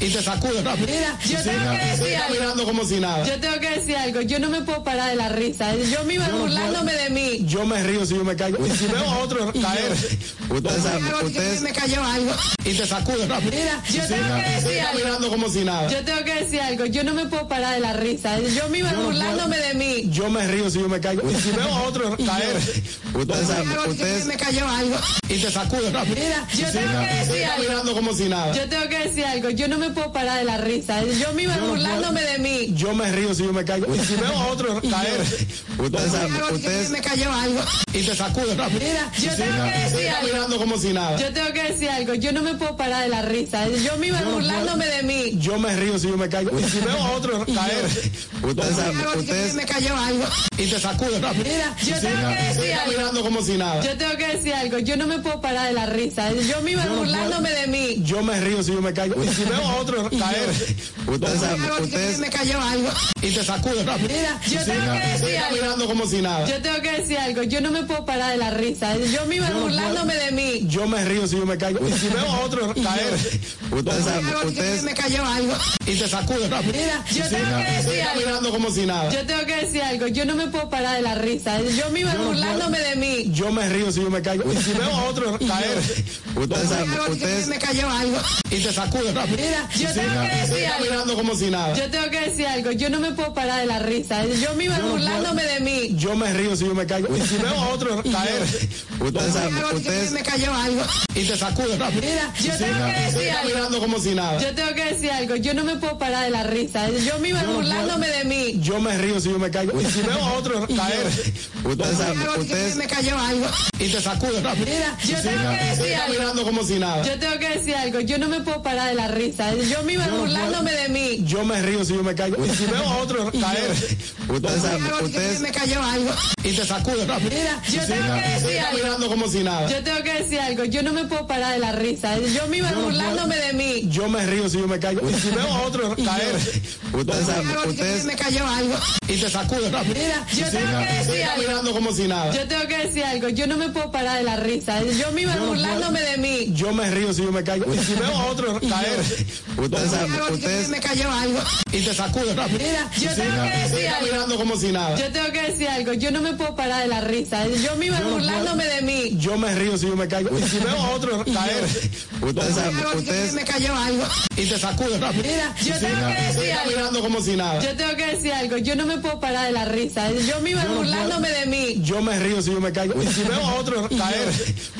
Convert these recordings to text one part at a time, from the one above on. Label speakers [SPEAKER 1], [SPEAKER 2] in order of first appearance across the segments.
[SPEAKER 1] y te sacude la
[SPEAKER 2] Mira, yo
[SPEAKER 1] Sí,
[SPEAKER 2] tengo que
[SPEAKER 1] estoy
[SPEAKER 2] decir
[SPEAKER 1] caminando
[SPEAKER 2] algo.
[SPEAKER 1] como si nada.
[SPEAKER 2] Yo tengo que decir algo. Yo no me puedo parar de la risa. Yo misma
[SPEAKER 1] Yo no
[SPEAKER 2] burlándome
[SPEAKER 1] puedo.
[SPEAKER 2] de mí.
[SPEAKER 1] Yo me río si yo me caigo. Y si veo a otro caer
[SPEAKER 3] Ustedes saben,
[SPEAKER 2] Hago así que
[SPEAKER 3] ustedes-
[SPEAKER 2] me cayó algo.
[SPEAKER 1] y te sacude la
[SPEAKER 2] Mira, yo tengo que
[SPEAKER 1] Estoy
[SPEAKER 2] decir algo.
[SPEAKER 1] caminando como si nada.
[SPEAKER 2] Yo tengo que decir algo. Yo no me puedo parar de la risa. Yo misma
[SPEAKER 1] Yo no
[SPEAKER 2] burlándome
[SPEAKER 1] puedo.
[SPEAKER 2] de mí.
[SPEAKER 1] Yo me río si yo me caigo. Y si veo a otro caer
[SPEAKER 3] ustedes saben,
[SPEAKER 2] Hago así que
[SPEAKER 3] ustedes-
[SPEAKER 2] me cayó algo.
[SPEAKER 1] y te sacude la
[SPEAKER 2] Mira, yo tengo que
[SPEAKER 1] Estoy
[SPEAKER 2] decir algo.
[SPEAKER 1] caminando como si nada.
[SPEAKER 2] Yo tengo que decir algo. Yo no me puedo parar de la risa. Yo misma
[SPEAKER 1] Yo no
[SPEAKER 2] burlándome
[SPEAKER 1] puedo.
[SPEAKER 2] de mí.
[SPEAKER 1] Yo me río si yo me caigo. Y si veo a otro caer
[SPEAKER 3] ustedes saben,
[SPEAKER 2] Hago así que
[SPEAKER 3] ustedes-
[SPEAKER 2] me cayó algo.
[SPEAKER 1] y te sacude la
[SPEAKER 2] Mira, yo tengo que
[SPEAKER 1] Estoy
[SPEAKER 2] decir algo.
[SPEAKER 1] caminando como si nada.
[SPEAKER 2] Yo tengo que decir algo. Yo no me puedo parar de la risa. Yo misma
[SPEAKER 1] Yo no
[SPEAKER 2] burlándome
[SPEAKER 1] puedo.
[SPEAKER 2] de mí.
[SPEAKER 1] Yo me río si yo me caigo. Y si veo a otro caer
[SPEAKER 3] ustedes saben,
[SPEAKER 2] Hago así que
[SPEAKER 3] ustedes-
[SPEAKER 2] me cayó algo.
[SPEAKER 1] y te sacude la
[SPEAKER 2] Mira, yo tengo que
[SPEAKER 1] Estoy
[SPEAKER 2] decir algo.
[SPEAKER 1] caminando como si nada.
[SPEAKER 2] Yo tengo que decir algo. Yo no me puedo parar de la risa. Yo misma
[SPEAKER 1] no
[SPEAKER 2] burlándome de mí.
[SPEAKER 1] Yo me río si yo me caigo. Y si veo a otro caer
[SPEAKER 3] ustedes saben,
[SPEAKER 2] Hago así que
[SPEAKER 3] ustedes-
[SPEAKER 2] me cayó algo.
[SPEAKER 1] y te sacude la
[SPEAKER 2] Mira, yo tengo
[SPEAKER 1] Estoy
[SPEAKER 2] que decir algo.
[SPEAKER 1] caminando como si nada.
[SPEAKER 2] Yo tengo que decir algo. Yo no me puedo parar de la risa. Yo misma
[SPEAKER 1] Yo no
[SPEAKER 2] burlándome de mí.
[SPEAKER 1] Yo me río si yo me caigo. Y si veo a otro caer
[SPEAKER 3] ustedes saben,
[SPEAKER 2] Hago así que
[SPEAKER 3] ustedes-
[SPEAKER 2] me cayó algo.
[SPEAKER 1] y te sacude la
[SPEAKER 2] Mira, yo tengo que
[SPEAKER 1] Estoy
[SPEAKER 2] decir algo.
[SPEAKER 1] caminando como si nada.
[SPEAKER 2] Yo tengo que decir algo. Yo no me puedo parar de la risa. Yo misma
[SPEAKER 1] no
[SPEAKER 2] burlándome de mí.
[SPEAKER 1] Yo me río si yo me caigo. Y si veo a otro caer
[SPEAKER 3] ustedes saben,
[SPEAKER 2] Hago así que
[SPEAKER 3] ustedes-
[SPEAKER 2] me cayó algo.
[SPEAKER 1] y te sacude la
[SPEAKER 2] Mira, yo tengo que
[SPEAKER 1] Estoy
[SPEAKER 2] decir algo.
[SPEAKER 1] caminando como si nada.
[SPEAKER 2] Yo tengo que decir algo. Yo no me puedo parar de la risa. Yo misma
[SPEAKER 1] no puedo.
[SPEAKER 2] burlándome de mí.
[SPEAKER 1] Yo me río si yo me caigo. Y si veo a otro caer
[SPEAKER 3] ustedes saben,
[SPEAKER 2] Hago así que
[SPEAKER 3] ustedes-
[SPEAKER 2] me cayó algo.
[SPEAKER 1] y te sacude la
[SPEAKER 2] Mira, yo tengo que
[SPEAKER 1] Estoy
[SPEAKER 2] decir algo.
[SPEAKER 1] caminando como si nada.
[SPEAKER 2] Yo tengo que decir algo. Yo no me puedo parar de la risa. Yo misma
[SPEAKER 1] no puedo.
[SPEAKER 2] burlándome de mí.
[SPEAKER 1] Yo me río si yo me caigo. Y si veo a otro caer
[SPEAKER 3] ustedes saben,
[SPEAKER 2] Hago así que
[SPEAKER 3] ustedes-
[SPEAKER 2] me cayó algo.
[SPEAKER 1] y te sacude la
[SPEAKER 2] Mira, yo tengo que
[SPEAKER 1] Estoy
[SPEAKER 2] decir algo.
[SPEAKER 1] caminando como si nada.
[SPEAKER 2] Yo tengo que decir algo. Yo no me puedo parar de la risa. Yo misma
[SPEAKER 1] no puedo.
[SPEAKER 2] burlándome de mí.
[SPEAKER 1] Yo me río si yo me caigo. Y si veo a otro caer
[SPEAKER 3] ustedes saben,
[SPEAKER 2] Hago así que
[SPEAKER 3] ustedes-
[SPEAKER 2] me cayó algo.
[SPEAKER 1] y te sacude la
[SPEAKER 2] Mira, yo tengo que
[SPEAKER 1] Estoy
[SPEAKER 2] decir algo.
[SPEAKER 1] caminando como si nada.
[SPEAKER 2] Yo tengo que decir algo. Yo no me puedo parar de la risa. Yo misma
[SPEAKER 1] puedo.
[SPEAKER 2] burlándome de mí.
[SPEAKER 1] Yo me río si yo me caigo. Y si veo a otro caer
[SPEAKER 3] ustedes saben,
[SPEAKER 2] Hago así que
[SPEAKER 3] ustedes-
[SPEAKER 2] me cayó algo.
[SPEAKER 1] y te sacude la
[SPEAKER 2] Mira, yo tengo que
[SPEAKER 1] Estoy
[SPEAKER 2] decir algo.
[SPEAKER 1] caminando como si nada.
[SPEAKER 2] Yo tengo que decir algo. Yo no me puedo parar de la risa. Yo misma
[SPEAKER 1] puedo.
[SPEAKER 2] burlándome de mí.
[SPEAKER 1] Yo me río si yo me caigo. Y si veo a otro caer
[SPEAKER 3] ustedes saben,
[SPEAKER 2] Hago así que
[SPEAKER 3] ustedes-
[SPEAKER 2] me cayó algo.
[SPEAKER 1] y te sacude la
[SPEAKER 2] Mira, yo tengo que
[SPEAKER 1] Estoy
[SPEAKER 2] decir algo.
[SPEAKER 1] caminando como si nada.
[SPEAKER 2] Yo tengo que decir algo. Yo no me puedo parar de la risa. Yo misma
[SPEAKER 1] puedo.
[SPEAKER 2] burlándome de mí.
[SPEAKER 1] Yo me río si yo me caigo. Y si veo a otro caer
[SPEAKER 3] ustedes saben,
[SPEAKER 2] Hago así que
[SPEAKER 3] ustedes-
[SPEAKER 2] me cayó algo.
[SPEAKER 1] y te sacude la
[SPEAKER 2] Mira, yo tengo que
[SPEAKER 1] Estoy
[SPEAKER 2] decir algo.
[SPEAKER 1] caminando como si nada.
[SPEAKER 2] Yo tengo que decir algo. Yo no me puedo parar de la risa. Yo misma burlándome de mí.
[SPEAKER 1] Yo me río si yo me caigo. Y si veo a otro caer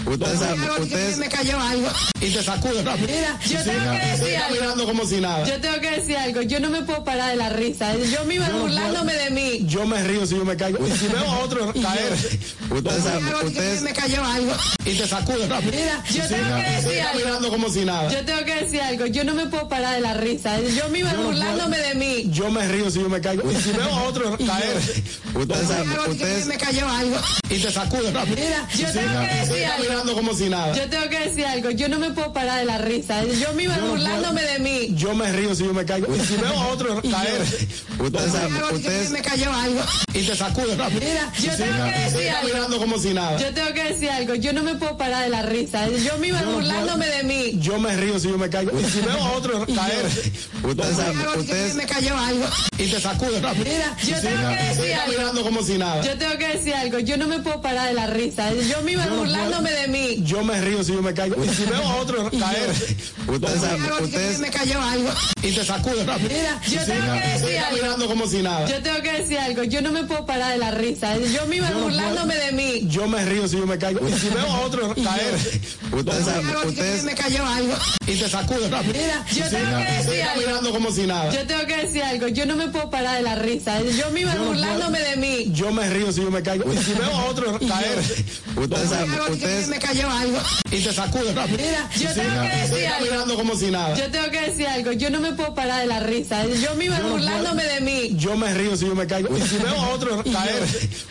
[SPEAKER 3] ustedes saben,
[SPEAKER 2] Hago así que
[SPEAKER 3] ustedes-
[SPEAKER 2] me cayó algo.
[SPEAKER 1] y te sacude la
[SPEAKER 2] Mira, yo tengo
[SPEAKER 1] Estoy
[SPEAKER 2] que decir algo.
[SPEAKER 1] caminando como si nada.
[SPEAKER 2] Yo tengo que decir algo. Yo no me puedo parar de la risa. Yo misma burlándome de mí.
[SPEAKER 1] Yo me río si yo me caigo. Y si veo a otro caer
[SPEAKER 3] ustedes saben,
[SPEAKER 2] Hago así que
[SPEAKER 3] ustedes-
[SPEAKER 2] me cayó algo.
[SPEAKER 1] y te sacude la
[SPEAKER 2] Mira, yo tengo que
[SPEAKER 1] Estoy
[SPEAKER 2] decir algo.
[SPEAKER 1] caminando como si nada.
[SPEAKER 2] Yo tengo que decir algo. Yo no me puedo parar de la risa. Yo misma burlándome de mí.
[SPEAKER 1] Yo me río si yo me caigo. Y si veo a otro caer
[SPEAKER 3] ustedes saben,
[SPEAKER 2] Hago así que
[SPEAKER 3] ustedes-
[SPEAKER 2] me cayó algo.
[SPEAKER 1] y te sacude la
[SPEAKER 2] Mira, yo tengo que
[SPEAKER 1] Estoy
[SPEAKER 2] decir algo.
[SPEAKER 1] caminando como si nada.
[SPEAKER 2] Yo tengo que decir algo. Yo no me puedo parar de la risa. Yo misma burlándome de mí.
[SPEAKER 1] Yo me río si yo me caigo. Y si veo a otro caer
[SPEAKER 3] ustedes saben,
[SPEAKER 2] Hago así que
[SPEAKER 3] ustedes-
[SPEAKER 2] me cayó algo.
[SPEAKER 1] y te sacude la
[SPEAKER 2] Mira, yo tengo que
[SPEAKER 1] Estoy
[SPEAKER 2] decir algo.
[SPEAKER 1] caminando como si nada.
[SPEAKER 2] Yo tengo que decir algo. Yo no me puedo parar de la risa. Yo misma burlándome de mí.
[SPEAKER 1] Yo me río si yo me caigo. Y si veo a otro caer
[SPEAKER 3] ustedes saben,
[SPEAKER 2] Hago así que
[SPEAKER 3] ustedes-
[SPEAKER 2] me cayó algo.
[SPEAKER 1] y te sacude la
[SPEAKER 2] Mira, yo tengo que
[SPEAKER 1] Estoy
[SPEAKER 2] decir algo.
[SPEAKER 1] caminando como si nada.
[SPEAKER 2] Yo tengo que decir algo. Yo no me puedo parar de la risa. Yo misma burlándome de mí.
[SPEAKER 1] Yo me río si yo me caigo. Y si veo a otro caer
[SPEAKER 3] ustedes saben,
[SPEAKER 2] Hago así que
[SPEAKER 3] ustedes-
[SPEAKER 2] me cayó algo.
[SPEAKER 1] y te sacude la
[SPEAKER 2] Mira, yo tengo que
[SPEAKER 1] Estoy
[SPEAKER 2] decir algo.
[SPEAKER 1] caminando como si nada.
[SPEAKER 2] Yo tengo que decir algo. Yo no me puedo parar de la risa. Yo misma burlándome de mí.
[SPEAKER 1] Yo me río si yo me caigo. Y si veo a otro caer
[SPEAKER 3] ustedes saben,
[SPEAKER 2] Hago así que
[SPEAKER 3] ustedes-
[SPEAKER 2] me cayó algo.
[SPEAKER 1] y te sacude la
[SPEAKER 2] Mira, yo tengo que
[SPEAKER 1] Estoy
[SPEAKER 2] decir algo.
[SPEAKER 1] caminando como si nada.
[SPEAKER 2] Yo tengo que decir algo. Yo no me puedo parar de la risa. Yo misma burlándome de mí.
[SPEAKER 1] Yo me río si yo me caigo. Y si veo a otro caer
[SPEAKER 3] ustedes saben,
[SPEAKER 2] Hago así que
[SPEAKER 3] ustedes-
[SPEAKER 2] me cayó algo.
[SPEAKER 1] y te sacude la
[SPEAKER 2] Mira, yo tengo que
[SPEAKER 1] Estoy
[SPEAKER 2] decir algo.
[SPEAKER 1] caminando como si nada.
[SPEAKER 2] Yo tengo que decir algo. Yo no me puedo parar de la risa. Yo misma burlándome de mí.
[SPEAKER 1] Yo me río si yo me caigo. Y si veo a otro caer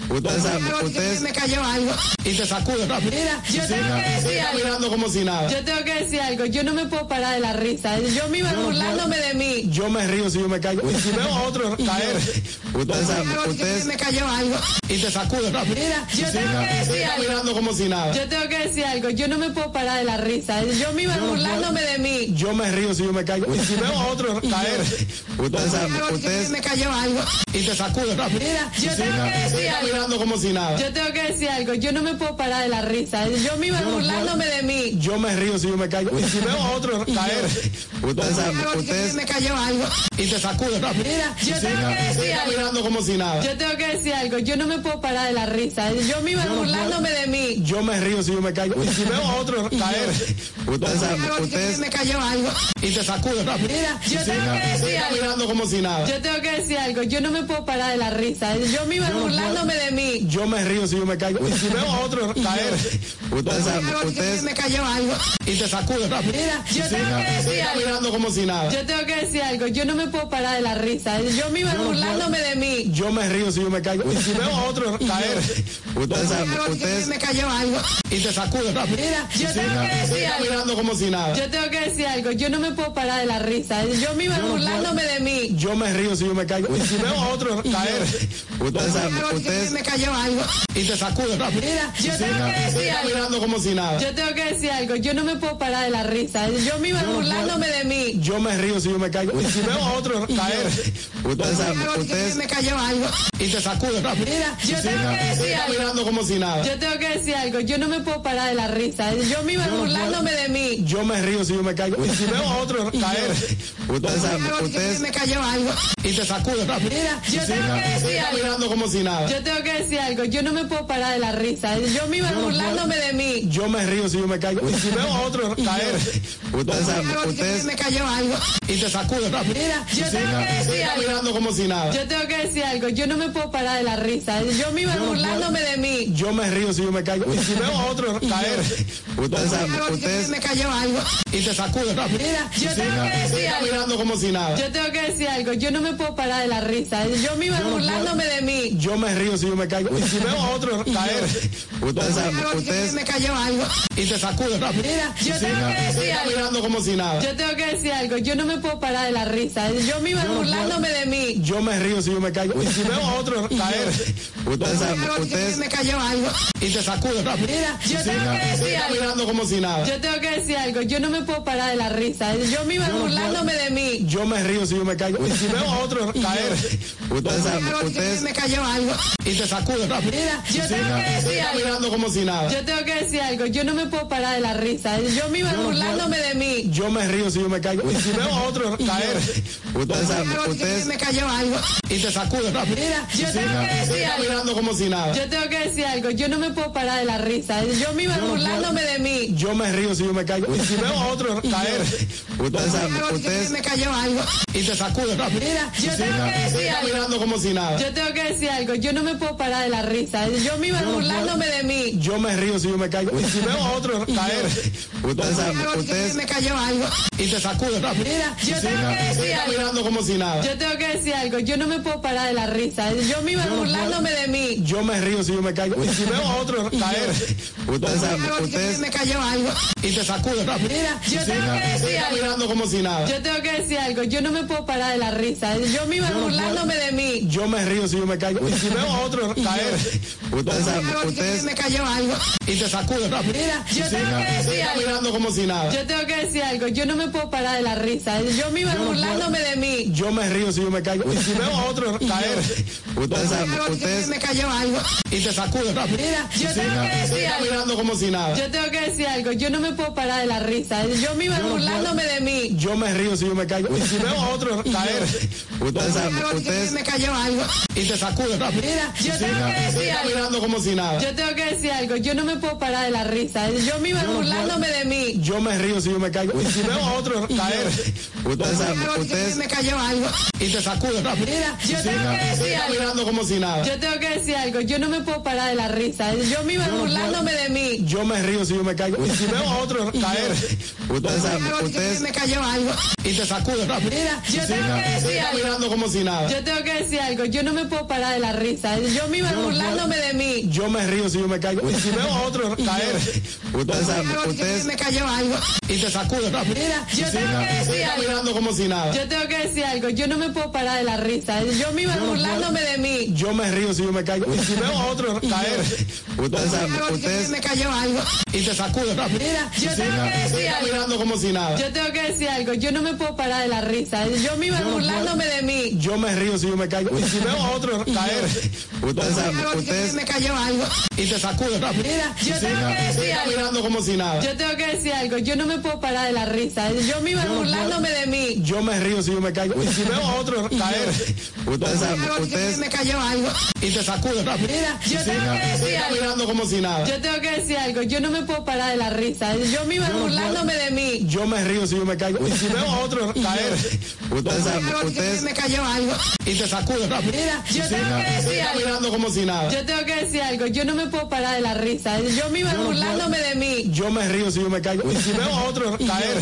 [SPEAKER 3] ustedes saben,
[SPEAKER 2] Hago así que
[SPEAKER 3] ustedes-
[SPEAKER 2] me cayó algo.
[SPEAKER 1] y te sacude la
[SPEAKER 2] Mira, yo tengo que
[SPEAKER 1] Estoy
[SPEAKER 2] decir algo.
[SPEAKER 1] caminando como si nada.
[SPEAKER 2] Yo tengo que decir algo. Yo no me puedo parar de la risa. Yo misma burlándome de mí.
[SPEAKER 1] Yo me río si yo me caigo. Y si veo a otro caer
[SPEAKER 3] ustedes saben,
[SPEAKER 2] Hago así que
[SPEAKER 3] ustedes-
[SPEAKER 2] me cayó algo.
[SPEAKER 1] y te sacude la
[SPEAKER 2] Mira, yo tengo que
[SPEAKER 1] Estoy
[SPEAKER 2] decir algo.
[SPEAKER 1] caminando como si nada.
[SPEAKER 2] Yo tengo que decir algo. Yo no me puedo parar de la risa. Yo misma burlándome de mí.
[SPEAKER 1] Yo me río si yo me caigo. caigo. Y si veo a otro caer
[SPEAKER 3] Ustedes saben,
[SPEAKER 4] Ustedes...
[SPEAKER 3] ustedes,
[SPEAKER 4] Me cayó algo.
[SPEAKER 1] y te sacudo rápido.
[SPEAKER 2] Mira, yo tengo que
[SPEAKER 1] Estoy
[SPEAKER 2] decir
[SPEAKER 1] caminando
[SPEAKER 2] algo.
[SPEAKER 1] como si nada.
[SPEAKER 2] Yo tengo que decir algo. Yo no me puedo parar de la risa. Yo misma
[SPEAKER 1] Yo no
[SPEAKER 2] burlándome
[SPEAKER 1] puedo.
[SPEAKER 2] de mí.
[SPEAKER 1] Yo me río si yo me caigo. Y si veo a otro caer
[SPEAKER 3] ustedes saben, ustedes,
[SPEAKER 4] Me cayó algo.
[SPEAKER 1] y te sacudo rápido.
[SPEAKER 2] Mira, yo tengo que
[SPEAKER 1] Estoy
[SPEAKER 2] decir algo.
[SPEAKER 1] caminando como si nada.
[SPEAKER 2] Yo tengo que decir algo. Yo no me puedo parar de la risa. Yo misma
[SPEAKER 1] no puedo.
[SPEAKER 2] burlándome de mí.
[SPEAKER 1] Yo me río si yo me caigo. Y si veo a otro caer
[SPEAKER 3] ustedes saben, ustedes,
[SPEAKER 4] Me cayó algo.
[SPEAKER 1] y te sacudo rápido.
[SPEAKER 2] Mira, yo tengo que
[SPEAKER 1] Estoy
[SPEAKER 2] decir algo.
[SPEAKER 1] caminando como si nada.
[SPEAKER 2] Yo tengo que decir algo. Yo no me puedo parar de la risa. Yo misma
[SPEAKER 1] no puedo.
[SPEAKER 2] burlándome de mí.
[SPEAKER 1] Yo me río si yo me caigo. Y si veo a otro caer
[SPEAKER 3] ustedes saben, ustedes,
[SPEAKER 4] Me cayó algo.
[SPEAKER 1] y te sacudo rápido.
[SPEAKER 2] Mira, yo tengo que
[SPEAKER 1] Estoy
[SPEAKER 2] decir algo.
[SPEAKER 1] caminando como si nada.
[SPEAKER 2] Yo tengo que decir algo. Yo no me puedo parar de la risa. Yo misma
[SPEAKER 1] no puedo.
[SPEAKER 2] burlándome de mí.
[SPEAKER 1] Yo me río si yo me caigo. Y si veo a otro caer
[SPEAKER 3] ustedes saben, ustedes,
[SPEAKER 4] Me cayó algo.
[SPEAKER 1] y te sacudo rápido.
[SPEAKER 2] Mira, yo tengo que
[SPEAKER 1] Estoy
[SPEAKER 2] decir algo.
[SPEAKER 1] caminando como si nada.
[SPEAKER 2] Yo tengo que decir algo. Yo no me puedo parar de la risa. Yo misma
[SPEAKER 1] no puedo.
[SPEAKER 2] burlándome de mí.
[SPEAKER 1] Yo me río si yo me caigo. Y si veo a otro caer
[SPEAKER 3] ustedes saben, ustedes,
[SPEAKER 4] Me cayó algo.
[SPEAKER 1] y te sacudo rápido.
[SPEAKER 2] Mira, yo tengo que
[SPEAKER 1] Estoy
[SPEAKER 2] decir algo.
[SPEAKER 1] caminando como si nada.
[SPEAKER 2] Yo tengo que decir algo. Yo no me puedo parar de la risa. Yo misma
[SPEAKER 1] no puedo.
[SPEAKER 2] burlándome de mí.
[SPEAKER 1] Yo me río si yo me caigo. Y si veo a otro caer y te sacudo rápido. Estoy caminando como si nada. no puedo. Yo me río si yo me caigo. Y si
[SPEAKER 2] Mira, yo tengo que decir algo. Yo tengo que decir algo. Yo no me puedo parar de la risa. Yo misma burlándome de mí.
[SPEAKER 4] Me cayó algo.
[SPEAKER 3] ustedes saben, ustedes,
[SPEAKER 1] veo a otro caer
[SPEAKER 3] ustedes saben, ustedes,
[SPEAKER 4] Me cayó algo.
[SPEAKER 1] y te sacudo rápido.
[SPEAKER 2] Mira, yo tengo que
[SPEAKER 1] Estoy
[SPEAKER 2] decir algo.
[SPEAKER 1] caminando como si nada.
[SPEAKER 2] Yo tengo que decir algo. Yo no me puedo parar de la risa. Yo misma
[SPEAKER 1] puedo.
[SPEAKER 2] burlándome de mí.
[SPEAKER 1] Yo me río si yo me caigo. Y si veo a otro caer
[SPEAKER 3] ustedes saben, ustedes,
[SPEAKER 4] Me cayó algo.
[SPEAKER 1] y te sacudo rápido.
[SPEAKER 2] Mira, yo tengo que
[SPEAKER 1] Estoy
[SPEAKER 2] decir algo.
[SPEAKER 1] caminando como si nada.
[SPEAKER 2] Yo tengo que decir algo. Yo no me puedo parar de la risa. Yo misma
[SPEAKER 1] puedo.
[SPEAKER 2] burlándome de mí.
[SPEAKER 1] Yo me río si yo me caigo. Y si veo a otro caer
[SPEAKER 3] ustedes saben, ustedes,
[SPEAKER 4] Me cayó algo.
[SPEAKER 1] y te sacudo rápido.
[SPEAKER 2] Mira, yo tengo que
[SPEAKER 1] Estoy
[SPEAKER 2] decir algo.
[SPEAKER 1] caminando como si nada.
[SPEAKER 2] Yo tengo que decir algo. Yo no me puedo parar de la risa. Yo misma
[SPEAKER 1] puedo.
[SPEAKER 2] burlándome de mí.
[SPEAKER 1] Yo me río si yo me caigo. Y si veo a otro caer
[SPEAKER 3] ustedes saben, ustedes,
[SPEAKER 4] Me cayó algo.
[SPEAKER 1] y te sacudo rápido.
[SPEAKER 2] Mira, yo tengo que
[SPEAKER 1] Estoy
[SPEAKER 2] decir algo.
[SPEAKER 1] caminando como si nada.
[SPEAKER 2] Yo tengo que decir algo, yo no me puedo parar de la risa, yo misma burlándome de mí.
[SPEAKER 1] Yo me río si yo me caigo. Y si veo a otro caer
[SPEAKER 3] ustedes saben, ustedes,
[SPEAKER 4] Me cayó algo.
[SPEAKER 1] y te sacudo rápido.
[SPEAKER 2] Mira, yo tengo que
[SPEAKER 1] Estoy
[SPEAKER 2] decir algo,
[SPEAKER 1] caminando como si nada.
[SPEAKER 2] yo tengo que decir algo, yo no me puedo parar de la risa, yo misma burlándome de mí.
[SPEAKER 1] Yo me río si yo me caigo. Y si veo a otro caer
[SPEAKER 3] ustedes saben, ustedes,
[SPEAKER 4] Me cayó algo.
[SPEAKER 1] y te sacudo rápido.
[SPEAKER 2] Mira, yo tengo que
[SPEAKER 1] Estoy
[SPEAKER 2] decir algo,
[SPEAKER 1] caminando como si nada.
[SPEAKER 2] yo tengo que decir algo, yo no me puedo parar de la risa, yo misma burlándome de mí.
[SPEAKER 1] Yo me río si yo me caigo. Y si veo a otro caer
[SPEAKER 3] ustedes saben, ustedes,
[SPEAKER 4] Me cayó algo.
[SPEAKER 1] y te sacudo rápido.
[SPEAKER 2] Mira, yo tengo que
[SPEAKER 1] Estoy
[SPEAKER 2] decir algo,
[SPEAKER 1] caminando como si nada.
[SPEAKER 2] yo tengo que decir algo, yo no me puedo parar de la risa, yo misma burlándome de mí.
[SPEAKER 1] Yo me río si yo me caigo. Y si veo a otro caer
[SPEAKER 3] ustedes saben, ustedes,
[SPEAKER 4] Me cayó algo.
[SPEAKER 1] y te sacudo rápido.
[SPEAKER 2] Mira, yo tengo que
[SPEAKER 1] Estoy
[SPEAKER 2] decir algo.
[SPEAKER 1] caminando como si nada.
[SPEAKER 2] Yo tengo que decir algo, yo no me puedo parar de la risa, yo misma burlándome de mí.
[SPEAKER 1] Yo me río si yo me caigo. Y si veo a otro caer
[SPEAKER 3] ustedes saben, ustedes,
[SPEAKER 4] Me cayó algo.
[SPEAKER 1] y te sacudo rápido.
[SPEAKER 2] Mira, yo tengo que
[SPEAKER 1] Estoy
[SPEAKER 2] decir algo,
[SPEAKER 1] caminando como si nada.
[SPEAKER 2] yo tengo que decir algo, yo no me puedo parar de la risa, yo misma burlándome de mí.
[SPEAKER 1] Yo me río si yo me caigo. Y si veo a otro caer
[SPEAKER 3] ustedes saben, ustedes,
[SPEAKER 4] Me cayó algo.
[SPEAKER 1] y te sacudo rápido.
[SPEAKER 2] Mira, yo tengo que
[SPEAKER 1] Estoy
[SPEAKER 2] decir algo,
[SPEAKER 1] caminando como si nada.
[SPEAKER 2] yo tengo que decir algo, yo no me puedo parar de la risa, yo misma burlándome de mí.
[SPEAKER 1] Yo me río si yo me caigo. Y si veo a otro caer
[SPEAKER 3] ustedes saben, ustedes,
[SPEAKER 4] Me cayó algo.
[SPEAKER 1] y te sacudo rápido.
[SPEAKER 2] Mira, yo tengo que
[SPEAKER 1] Estoy
[SPEAKER 2] decir algo,
[SPEAKER 1] caminando como si nada.
[SPEAKER 2] yo tengo que decir algo, yo no me puedo parar de la risa, yo misma burlándome de mí.
[SPEAKER 1] Yo me río si yo me caigo. Y si veo a otro caer
[SPEAKER 3] ustedes saben, ustedes,
[SPEAKER 4] Me cayó algo.
[SPEAKER 1] y te sacudo rápido.
[SPEAKER 2] Mira, yo tengo
[SPEAKER 1] Estoy
[SPEAKER 2] que decir algo.
[SPEAKER 1] caminando como si nada.
[SPEAKER 2] Yo tengo que decir algo, yo no me puedo parar de la risa, yo misma burlándome de mí.
[SPEAKER 1] Yo me río si yo me caigo. Y si veo a otro caer
[SPEAKER 3] ustedes saben, ustedes,
[SPEAKER 4] Me cayó algo.
[SPEAKER 1] y te sacudo rápido.
[SPEAKER 2] Mira, yo tengo que
[SPEAKER 1] Estoy
[SPEAKER 2] decir algo,
[SPEAKER 1] caminando como si nada.
[SPEAKER 2] yo tengo que decir algo, yo no me puedo parar de la risa, yo misma burlándome de mí.
[SPEAKER 1] Yo me río si yo me caigo. Y si veo a otro caer
[SPEAKER 3] ustedes saben, ustedes,
[SPEAKER 4] Me cayó algo.
[SPEAKER 1] y te sacudo rápido.
[SPEAKER 2] Mira, yo tengo que
[SPEAKER 1] Estoy
[SPEAKER 2] decir algo,
[SPEAKER 1] caminando como si nada.
[SPEAKER 2] yo tengo que decir algo, yo no me puedo parar de la risa, yo misma burlándome de mí.
[SPEAKER 1] Yo me río si yo me caigo. Y si veo a otro caer
[SPEAKER 3] ustedes saben, ustedes,
[SPEAKER 4] Me cayó algo.
[SPEAKER 1] y te sacudo sacude rápido.
[SPEAKER 2] Mira, yo tengo que
[SPEAKER 1] Estoy
[SPEAKER 2] decir algo.
[SPEAKER 1] caminando como si nada.
[SPEAKER 2] Yo tengo que decir algo. Yo no me puedo parar de la risa. Yo misma
[SPEAKER 1] no
[SPEAKER 2] burlándome
[SPEAKER 1] puedo.
[SPEAKER 2] de mí.
[SPEAKER 1] Yo me río si yo me caigo. Y si veo a otro caer
[SPEAKER 3] Ustedes saben, ustedes,
[SPEAKER 4] me cayó algo.
[SPEAKER 1] y te sacude rápido.
[SPEAKER 2] Mira, yo tengo que
[SPEAKER 1] Estoy
[SPEAKER 2] decir algo.
[SPEAKER 1] caminando como si nada.
[SPEAKER 2] Yo tengo que decir algo. Yo no me puedo parar de la risa. Yo misma
[SPEAKER 1] no puedo.
[SPEAKER 2] burlándome de mí.
[SPEAKER 1] Yo me río si yo me caigo. Y si veo a otro caer
[SPEAKER 3] ustedes saben, ustedes,
[SPEAKER 4] me cayó algo.
[SPEAKER 1] y te sacude rápido.
[SPEAKER 2] Mira, yo tengo que
[SPEAKER 1] Estoy
[SPEAKER 2] decir algo.
[SPEAKER 1] caminando como si nada.
[SPEAKER 2] Yo tengo que decir algo. Yo no me puedo parar de la risa. Yo misma
[SPEAKER 1] no puedo.
[SPEAKER 2] burlándome de mí.
[SPEAKER 1] Yo me río si yo me caigo. Y si veo a otro caer
[SPEAKER 3] ustedes saben, ustedes,
[SPEAKER 4] me cayó algo.
[SPEAKER 1] y te sacude rápido.
[SPEAKER 2] Mira, yo tengo que
[SPEAKER 1] Estoy
[SPEAKER 2] decir algo.
[SPEAKER 1] caminando como si nada.
[SPEAKER 2] Yo tengo que decir algo. Yo no me puedo parar de la risa. Yo misma
[SPEAKER 1] no puedo.
[SPEAKER 2] burlándome de mí.
[SPEAKER 1] Yo me río si yo me pues, caigo. Y si veo a otro caer
[SPEAKER 3] ustedes saben, ustedes,
[SPEAKER 4] me cayó algo.
[SPEAKER 1] y te sacude rápido.
[SPEAKER 2] Mira, yo tengo
[SPEAKER 1] Estoy
[SPEAKER 2] que decir algo.
[SPEAKER 1] caminando como si nada.
[SPEAKER 2] Yo tengo que decir algo. Yo no me puedo parar de la risa. Yo misma
[SPEAKER 1] no puedo.
[SPEAKER 2] burlándome de mí.
[SPEAKER 1] Yo me río si yo me pues, caigo. Y si veo a otro caer
[SPEAKER 3] ustedes saben, ustedes,
[SPEAKER 4] me cayó algo.
[SPEAKER 1] y te sacude rápido.
[SPEAKER 2] Mira, yo tengo que
[SPEAKER 1] Estoy
[SPEAKER 2] decir algo.
[SPEAKER 1] caminando como si nada.
[SPEAKER 2] Yo tengo que decir algo. Yo no me puedo parar de la risa. Yo misma
[SPEAKER 1] no puedo.
[SPEAKER 2] burlándome de mí.
[SPEAKER 1] Yo me río si yo me pues, caigo. Y si veo a otro caer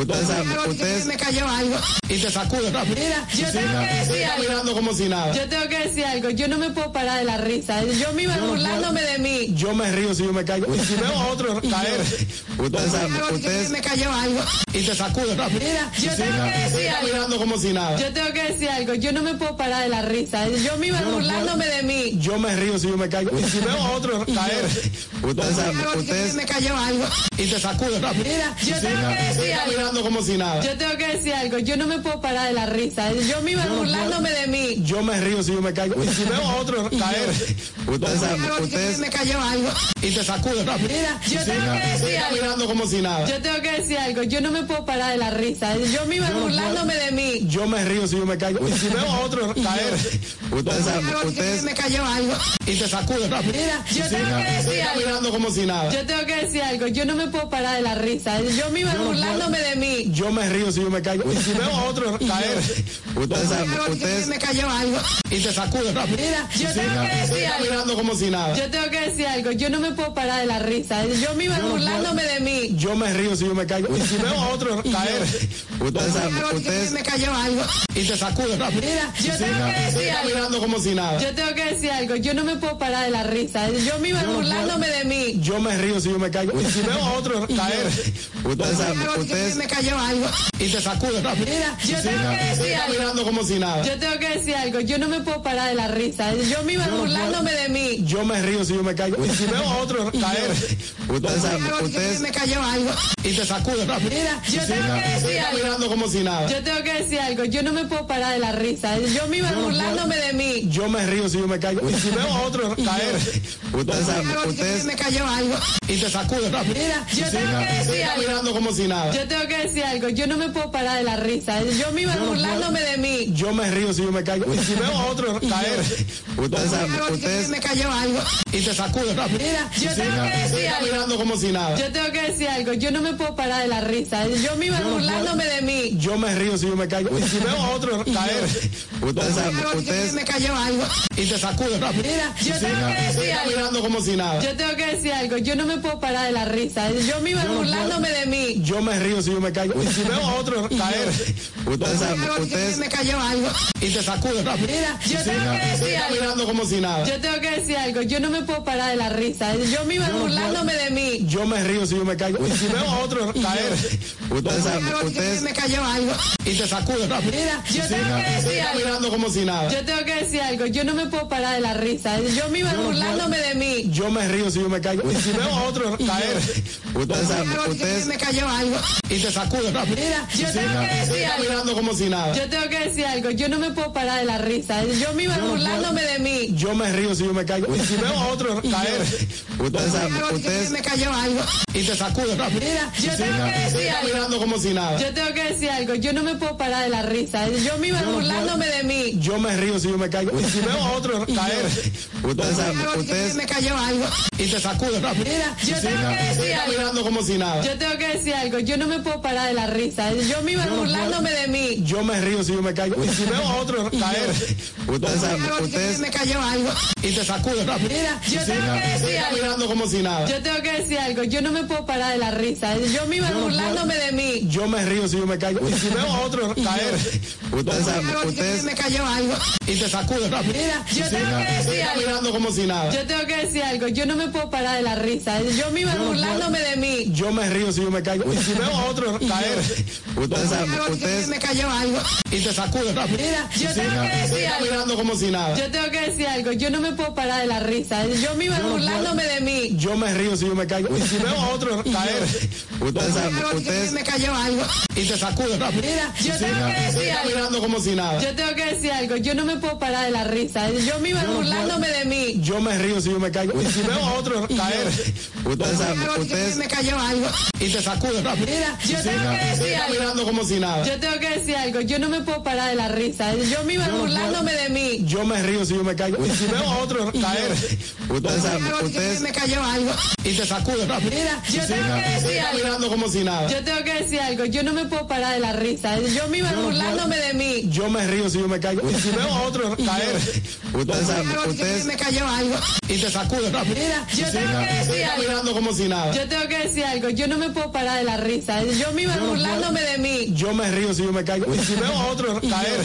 [SPEAKER 3] ustedes saben, ustedes,
[SPEAKER 4] me cayó algo.
[SPEAKER 1] y te sacude rápido.
[SPEAKER 2] Mira, yo tengo que
[SPEAKER 1] Estoy
[SPEAKER 2] decir algo.
[SPEAKER 1] caminando como si nada.
[SPEAKER 2] Yo tengo que decir algo. Yo no me puedo parar de la risa. Yo misma
[SPEAKER 1] no puedo.
[SPEAKER 2] burlándome de mí.
[SPEAKER 1] Yo me río si yo me pues, caigo. Y si veo a otro caer
[SPEAKER 3] ustedes saben, ustedes,
[SPEAKER 4] me cayó algo.
[SPEAKER 1] y te sacude rápido.
[SPEAKER 2] Mira, yo tengo que
[SPEAKER 1] Estoy
[SPEAKER 2] decir algo.
[SPEAKER 1] caminando como si nada.
[SPEAKER 2] Yo tengo que decir algo, yo no me puedo parar de la risa, yo misma burlándome de mí.
[SPEAKER 1] Yo me río si yo me pues, caigo. Y si veo a otro caer
[SPEAKER 3] ustedes saben, ustedes,
[SPEAKER 4] me cayó algo.
[SPEAKER 1] y te sacude rápido.
[SPEAKER 2] Mira, yo tengo que
[SPEAKER 1] Estoy
[SPEAKER 2] decir algo,
[SPEAKER 1] caminando como si nada.
[SPEAKER 2] yo tengo que decir algo, yo no me puedo parar de la risa, yo misma burlándome de mí.
[SPEAKER 1] Yo me río si yo me caigo. Y si veo a otro caer
[SPEAKER 3] ustedes saben, ustedes,
[SPEAKER 4] me cayó algo.
[SPEAKER 1] y te sacude rápido.
[SPEAKER 2] Mira, yo tengo que
[SPEAKER 1] Estoy
[SPEAKER 2] decir algo,
[SPEAKER 1] caminando como si nada.
[SPEAKER 2] yo tengo que decir algo, yo no me puedo parar de la risa, yo misma burlándome de mí.
[SPEAKER 1] Yo me río si yo me caigo. Y si veo a otro caer
[SPEAKER 3] ustedes saben, ustedes,
[SPEAKER 4] me cayó algo.
[SPEAKER 1] y te sacude rápido.
[SPEAKER 2] Mira, yo tengo que
[SPEAKER 1] Estoy
[SPEAKER 2] decir algo,
[SPEAKER 1] caminando como si nada.
[SPEAKER 2] yo tengo que decir algo, yo no me puedo parar de la risa, yo misma burlándome de mí.
[SPEAKER 1] Yo me río si yo me caigo. Y si veo a otro caer
[SPEAKER 3] ustedes saben, ustedes,
[SPEAKER 4] me cayó algo.
[SPEAKER 1] y te sacude rápido.
[SPEAKER 2] Mira, yo tengo que
[SPEAKER 1] Estoy
[SPEAKER 2] decir algo.
[SPEAKER 1] caminando como si nada.
[SPEAKER 2] Yo tengo que decir algo, yo no me puedo parar de la risa, yo misma burlándome de mí.
[SPEAKER 1] Yo me río si yo me caigo. Y si veo a otro caer
[SPEAKER 3] ustedes saben, ustedes,
[SPEAKER 4] me cayó algo.
[SPEAKER 1] y te sacude rápido.
[SPEAKER 2] Mira, yo tengo que
[SPEAKER 1] Estoy
[SPEAKER 2] decir algo,
[SPEAKER 1] caminando como si nada.
[SPEAKER 2] yo tengo que decir algo, yo no me puedo parar de la risa, yo misma burlándome de mí.
[SPEAKER 1] Yo me río si yo me caigo. Y si veo a otro caer
[SPEAKER 3] ustedes saben, ustedes,
[SPEAKER 4] me cayó algo.
[SPEAKER 1] y te sacude rápido.
[SPEAKER 2] Mira, yo tengo que
[SPEAKER 1] Estoy
[SPEAKER 2] decir algo,
[SPEAKER 1] caminando como si nada.
[SPEAKER 2] yo tengo que decir algo, yo no me puedo parar de la risa, yo misma burlándome de mí.
[SPEAKER 1] Yo me río si yo me caigo. Y si veo a otro caer
[SPEAKER 3] ustedes saben, ustedes,
[SPEAKER 4] me cayó algo.
[SPEAKER 1] y te sacude rápido.
[SPEAKER 2] Mira, yo tengo que
[SPEAKER 1] Estoy
[SPEAKER 2] decir algo,
[SPEAKER 1] caminando como si nada.
[SPEAKER 2] yo tengo que decir algo, yo no me puedo parar de la risa, yo misma burlándome de mí.
[SPEAKER 1] Yo me río si yo me caigo. Y si veo a otro caer
[SPEAKER 3] ustedes saben, ustedes,
[SPEAKER 4] me cayó algo.
[SPEAKER 1] y te sacude rápido.
[SPEAKER 2] Mira, yo tengo que
[SPEAKER 1] Estoy
[SPEAKER 2] decir algo.
[SPEAKER 1] caminando como si nada.
[SPEAKER 2] Yo tengo que decir algo, yo no me puedo parar de la risa, yo misma burlándome de mí.
[SPEAKER 1] Yo me río si yo me caigo. Y si veo a otro caer
[SPEAKER 3] ustedes saben, ustedes,
[SPEAKER 4] me cayó algo.
[SPEAKER 1] y te sacude rápido.
[SPEAKER 2] Mira, yo tengo que
[SPEAKER 1] Estoy
[SPEAKER 2] decir algo,
[SPEAKER 1] caminando como si nada.
[SPEAKER 2] yo tengo que decir algo, yo no me puedo parar de la risa, yo misma burlándome de mí.
[SPEAKER 1] Yo me río si yo me caigo. Y si veo a otro caer
[SPEAKER 3] ustedes saben, ustedes,
[SPEAKER 4] me cayó algo.
[SPEAKER 1] y te sacude rápido.
[SPEAKER 2] Mira, yo tengo que
[SPEAKER 1] Estoy
[SPEAKER 2] decir algo,
[SPEAKER 1] caminando como si nada.
[SPEAKER 2] yo tengo que decir algo, yo no me puedo parar de la risa, yo misma burlándome de mí.
[SPEAKER 1] Yo me río si yo me caigo. Y si veo a otro caer
[SPEAKER 3] ustedes saben, ustedes,
[SPEAKER 4] me cayó algo.
[SPEAKER 1] y te sacude rápido.
[SPEAKER 2] Mira, yo tengo que
[SPEAKER 1] Estoy
[SPEAKER 2] decir algo,
[SPEAKER 1] caminando como si nada.
[SPEAKER 2] yo tengo que decir algo, yo no me puedo parar de la risa, yo misma burlándome de mí.
[SPEAKER 1] Yo me río si yo me caigo. Y si veo a otro caer
[SPEAKER 3] ustedes saben, ustedes,
[SPEAKER 4] me cayó algo.
[SPEAKER 1] y te sacude rápido.
[SPEAKER 2] Mira, yo tengo que
[SPEAKER 1] Estoy
[SPEAKER 2] decir algo.
[SPEAKER 1] caminando como si nada.
[SPEAKER 2] Yo tengo que decir algo, yo no me puedo parar de la risa, yo misma burlándome de mí.
[SPEAKER 1] Yo me río si yo me caigo. Y si veo a otro caer
[SPEAKER 3] ustedes saben, ustedes,
[SPEAKER 4] me cayó algo.
[SPEAKER 1] y te sacude rápido.
[SPEAKER 2] Mira, yo tengo que
[SPEAKER 1] Estoy
[SPEAKER 2] decir algo,
[SPEAKER 1] caminando como si nada.
[SPEAKER 2] yo tengo que decir algo, yo no me puedo parar de la risa, yo misma burlándome de mí.
[SPEAKER 1] Yo me río si yo me caigo. Y si veo a otro caer
[SPEAKER 3] ustedes saben, ustedes,
[SPEAKER 4] me cayó algo.
[SPEAKER 1] y te sacude rápido.
[SPEAKER 2] Mira, yo tengo que
[SPEAKER 1] Estoy
[SPEAKER 2] decir algo,
[SPEAKER 1] caminando como si nada.
[SPEAKER 2] yo tengo que decir algo, yo no me puedo parar de la risa, yo misma burlándome de mí.
[SPEAKER 1] Yo me río si yo me caigo. Y si veo a otro caer
[SPEAKER 3] ustedes saben, ustedes,
[SPEAKER 4] me cayó algo.
[SPEAKER 1] y te sacude rápido.
[SPEAKER 2] Mira, yo tengo que
[SPEAKER 1] Estoy
[SPEAKER 2] decir algo,
[SPEAKER 1] caminando como si nada.
[SPEAKER 2] yo tengo que decir algo, yo no me puedo parar de la risa, yo misma burlándome de mí.
[SPEAKER 4] caí.
[SPEAKER 1] Yo me río si yo me caigo. Y si veo a otro caer
[SPEAKER 3] ustedes saben,
[SPEAKER 4] Algo, dije que
[SPEAKER 3] ustedes,
[SPEAKER 4] me cayó algo.
[SPEAKER 1] y te sacude rápido.
[SPEAKER 2] Mira, yo tengo que
[SPEAKER 1] Estoy
[SPEAKER 2] decir algo.
[SPEAKER 1] caminando como si nada.
[SPEAKER 2] Yo tengo que decir algo. Yo no me puedo parar de la risa. Yo me iba
[SPEAKER 1] Yo no
[SPEAKER 2] burlándome
[SPEAKER 1] puedo.
[SPEAKER 2] de mí.
[SPEAKER 1] Yo me río si yo me caigo. Y si veo a otro caer
[SPEAKER 3] ustedes saben,
[SPEAKER 4] Algo, dije que
[SPEAKER 3] ustedes,
[SPEAKER 4] me cayó algo.
[SPEAKER 1] y te sacude rápido.
[SPEAKER 2] Mira, yo tengo que
[SPEAKER 1] Estoy
[SPEAKER 2] decir algo.
[SPEAKER 1] caminando como si nada.
[SPEAKER 2] Yo tengo que decir algo. Yo no me puedo parar de la risa. Yo me iba
[SPEAKER 1] no puedo.
[SPEAKER 2] burlándome de mí.
[SPEAKER 1] Yo me río si yo me caigo. Y si veo a otro caer
[SPEAKER 3] ustedes saben,
[SPEAKER 4] Algo, dije que
[SPEAKER 3] ustedes,
[SPEAKER 4] me cayó algo.
[SPEAKER 1] y te sacude rápido.
[SPEAKER 2] Mira, yo tengo que
[SPEAKER 1] Estoy
[SPEAKER 2] decir algo.
[SPEAKER 1] caminando como si nada.
[SPEAKER 2] Yo tengo que decir algo. Yo no me puedo parar de la risa. Yo me iba
[SPEAKER 1] no puedo.
[SPEAKER 2] burlándome de mí.
[SPEAKER 1] Yo me río si yo me caigo. Y si veo a otro caer
[SPEAKER 3] ustedes saben,
[SPEAKER 4] Algo, dije que
[SPEAKER 3] ustedes,
[SPEAKER 4] me cayó algo.
[SPEAKER 1] y te sacude rápido.
[SPEAKER 2] Mira, yo tengo que
[SPEAKER 1] Estoy
[SPEAKER 2] decir algo.
[SPEAKER 1] caminando como si nada.
[SPEAKER 2] Yo tengo que decir algo. Yo no me puedo parar de la risa. Yo me iba
[SPEAKER 1] no puedo.
[SPEAKER 2] burlándome de mí.
[SPEAKER 1] Yo me río si yo me caigo. Y si veo a otro caer
[SPEAKER 3] ustedes saben,
[SPEAKER 4] Algo, dije que
[SPEAKER 3] ustedes,
[SPEAKER 4] me cayó algo.
[SPEAKER 1] y te sacude rápido.
[SPEAKER 2] Mira, yo tengo
[SPEAKER 1] Estoy
[SPEAKER 2] que decir algo.
[SPEAKER 1] caminando como si nada.
[SPEAKER 2] Yo tengo que decir algo. Yo no me puedo parar de la risa. Yo me iba
[SPEAKER 1] no puedo.
[SPEAKER 2] burlándome de mí.
[SPEAKER 1] Yo me río si yo me caigo. Y si veo a otro caer
[SPEAKER 3] ustedes saben,
[SPEAKER 4] Algo, dije que
[SPEAKER 3] ustedes,
[SPEAKER 4] me cayó algo.
[SPEAKER 1] y te sacude rápido.
[SPEAKER 2] Mira, yo tengo que
[SPEAKER 1] Estoy
[SPEAKER 2] decir algo.
[SPEAKER 1] caminando como si nada.
[SPEAKER 2] Yo tengo que decir algo. Yo no me puedo parar de la risa. Yo me iba
[SPEAKER 1] no puedo.
[SPEAKER 2] burlándome de mí.
[SPEAKER 1] Yo me río si yo me caigo. Y si veo a otro caer
[SPEAKER 3] ustedes saben,
[SPEAKER 4] Algo, dije que
[SPEAKER 3] ustedes,
[SPEAKER 4] me cayó algo.
[SPEAKER 1] y te sacude rápido.
[SPEAKER 2] Mira, yo tengo que
[SPEAKER 1] Estoy
[SPEAKER 2] decir algo.
[SPEAKER 1] caminando como si nada.
[SPEAKER 2] Yo tengo que decir algo. Yo no me puedo parar de la risa. Yo me
[SPEAKER 1] no
[SPEAKER 2] iba
[SPEAKER 1] puedo.
[SPEAKER 2] burlándome de mí.
[SPEAKER 1] Yo me río si yo me caigo. Y si veo a otro caer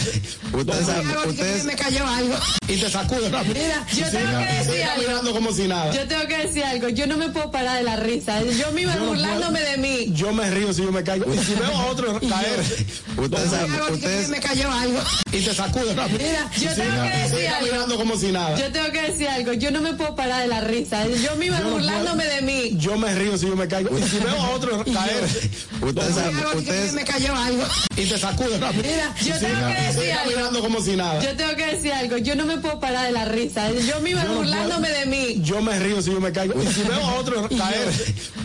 [SPEAKER 3] ustedes saben,
[SPEAKER 4] Algo, dije que
[SPEAKER 3] ustedes,
[SPEAKER 4] me cayó algo.
[SPEAKER 1] y te sacude rápido.
[SPEAKER 2] Mira, yo tengo
[SPEAKER 1] Estoy
[SPEAKER 2] que decir algo.
[SPEAKER 1] caminando como si nada.
[SPEAKER 2] Yo tengo que decir algo. Yo no me puedo parar de la risa. Yo me iba
[SPEAKER 1] no puedo.
[SPEAKER 2] burlándome de mí.
[SPEAKER 1] Yo me río si yo me caigo. Y si veo a otro caer
[SPEAKER 3] ustedes saben,
[SPEAKER 4] Algo, dije que
[SPEAKER 3] ustedes,
[SPEAKER 4] me cayó algo.
[SPEAKER 1] y te sacude rápido.
[SPEAKER 2] Mira, yo tengo que
[SPEAKER 1] Estoy
[SPEAKER 2] decir algo.
[SPEAKER 1] caminando como si nada.
[SPEAKER 2] Yo tengo que decir algo. Yo no me puedo parar de la risa. Yo me iba
[SPEAKER 1] no puedo.
[SPEAKER 2] burlándome de mí.
[SPEAKER 1] Yo me río si yo me caigo. Y si veo a otro caer
[SPEAKER 3] ustedes saben,
[SPEAKER 4] Algo, dije que
[SPEAKER 3] ustedes,
[SPEAKER 4] me cayó algo.
[SPEAKER 1] y te sacude rápido.
[SPEAKER 2] Mira, yo tengo que
[SPEAKER 1] Estoy
[SPEAKER 2] decir algo.
[SPEAKER 1] caminando como si nada.
[SPEAKER 2] Yo tengo que decir algo. Yo no me puedo parar de la risa. Yo me iba
[SPEAKER 1] no puedo.
[SPEAKER 2] burlándome de mí.
[SPEAKER 1] Yo me río si yo me caigo. Y si veo a otro caer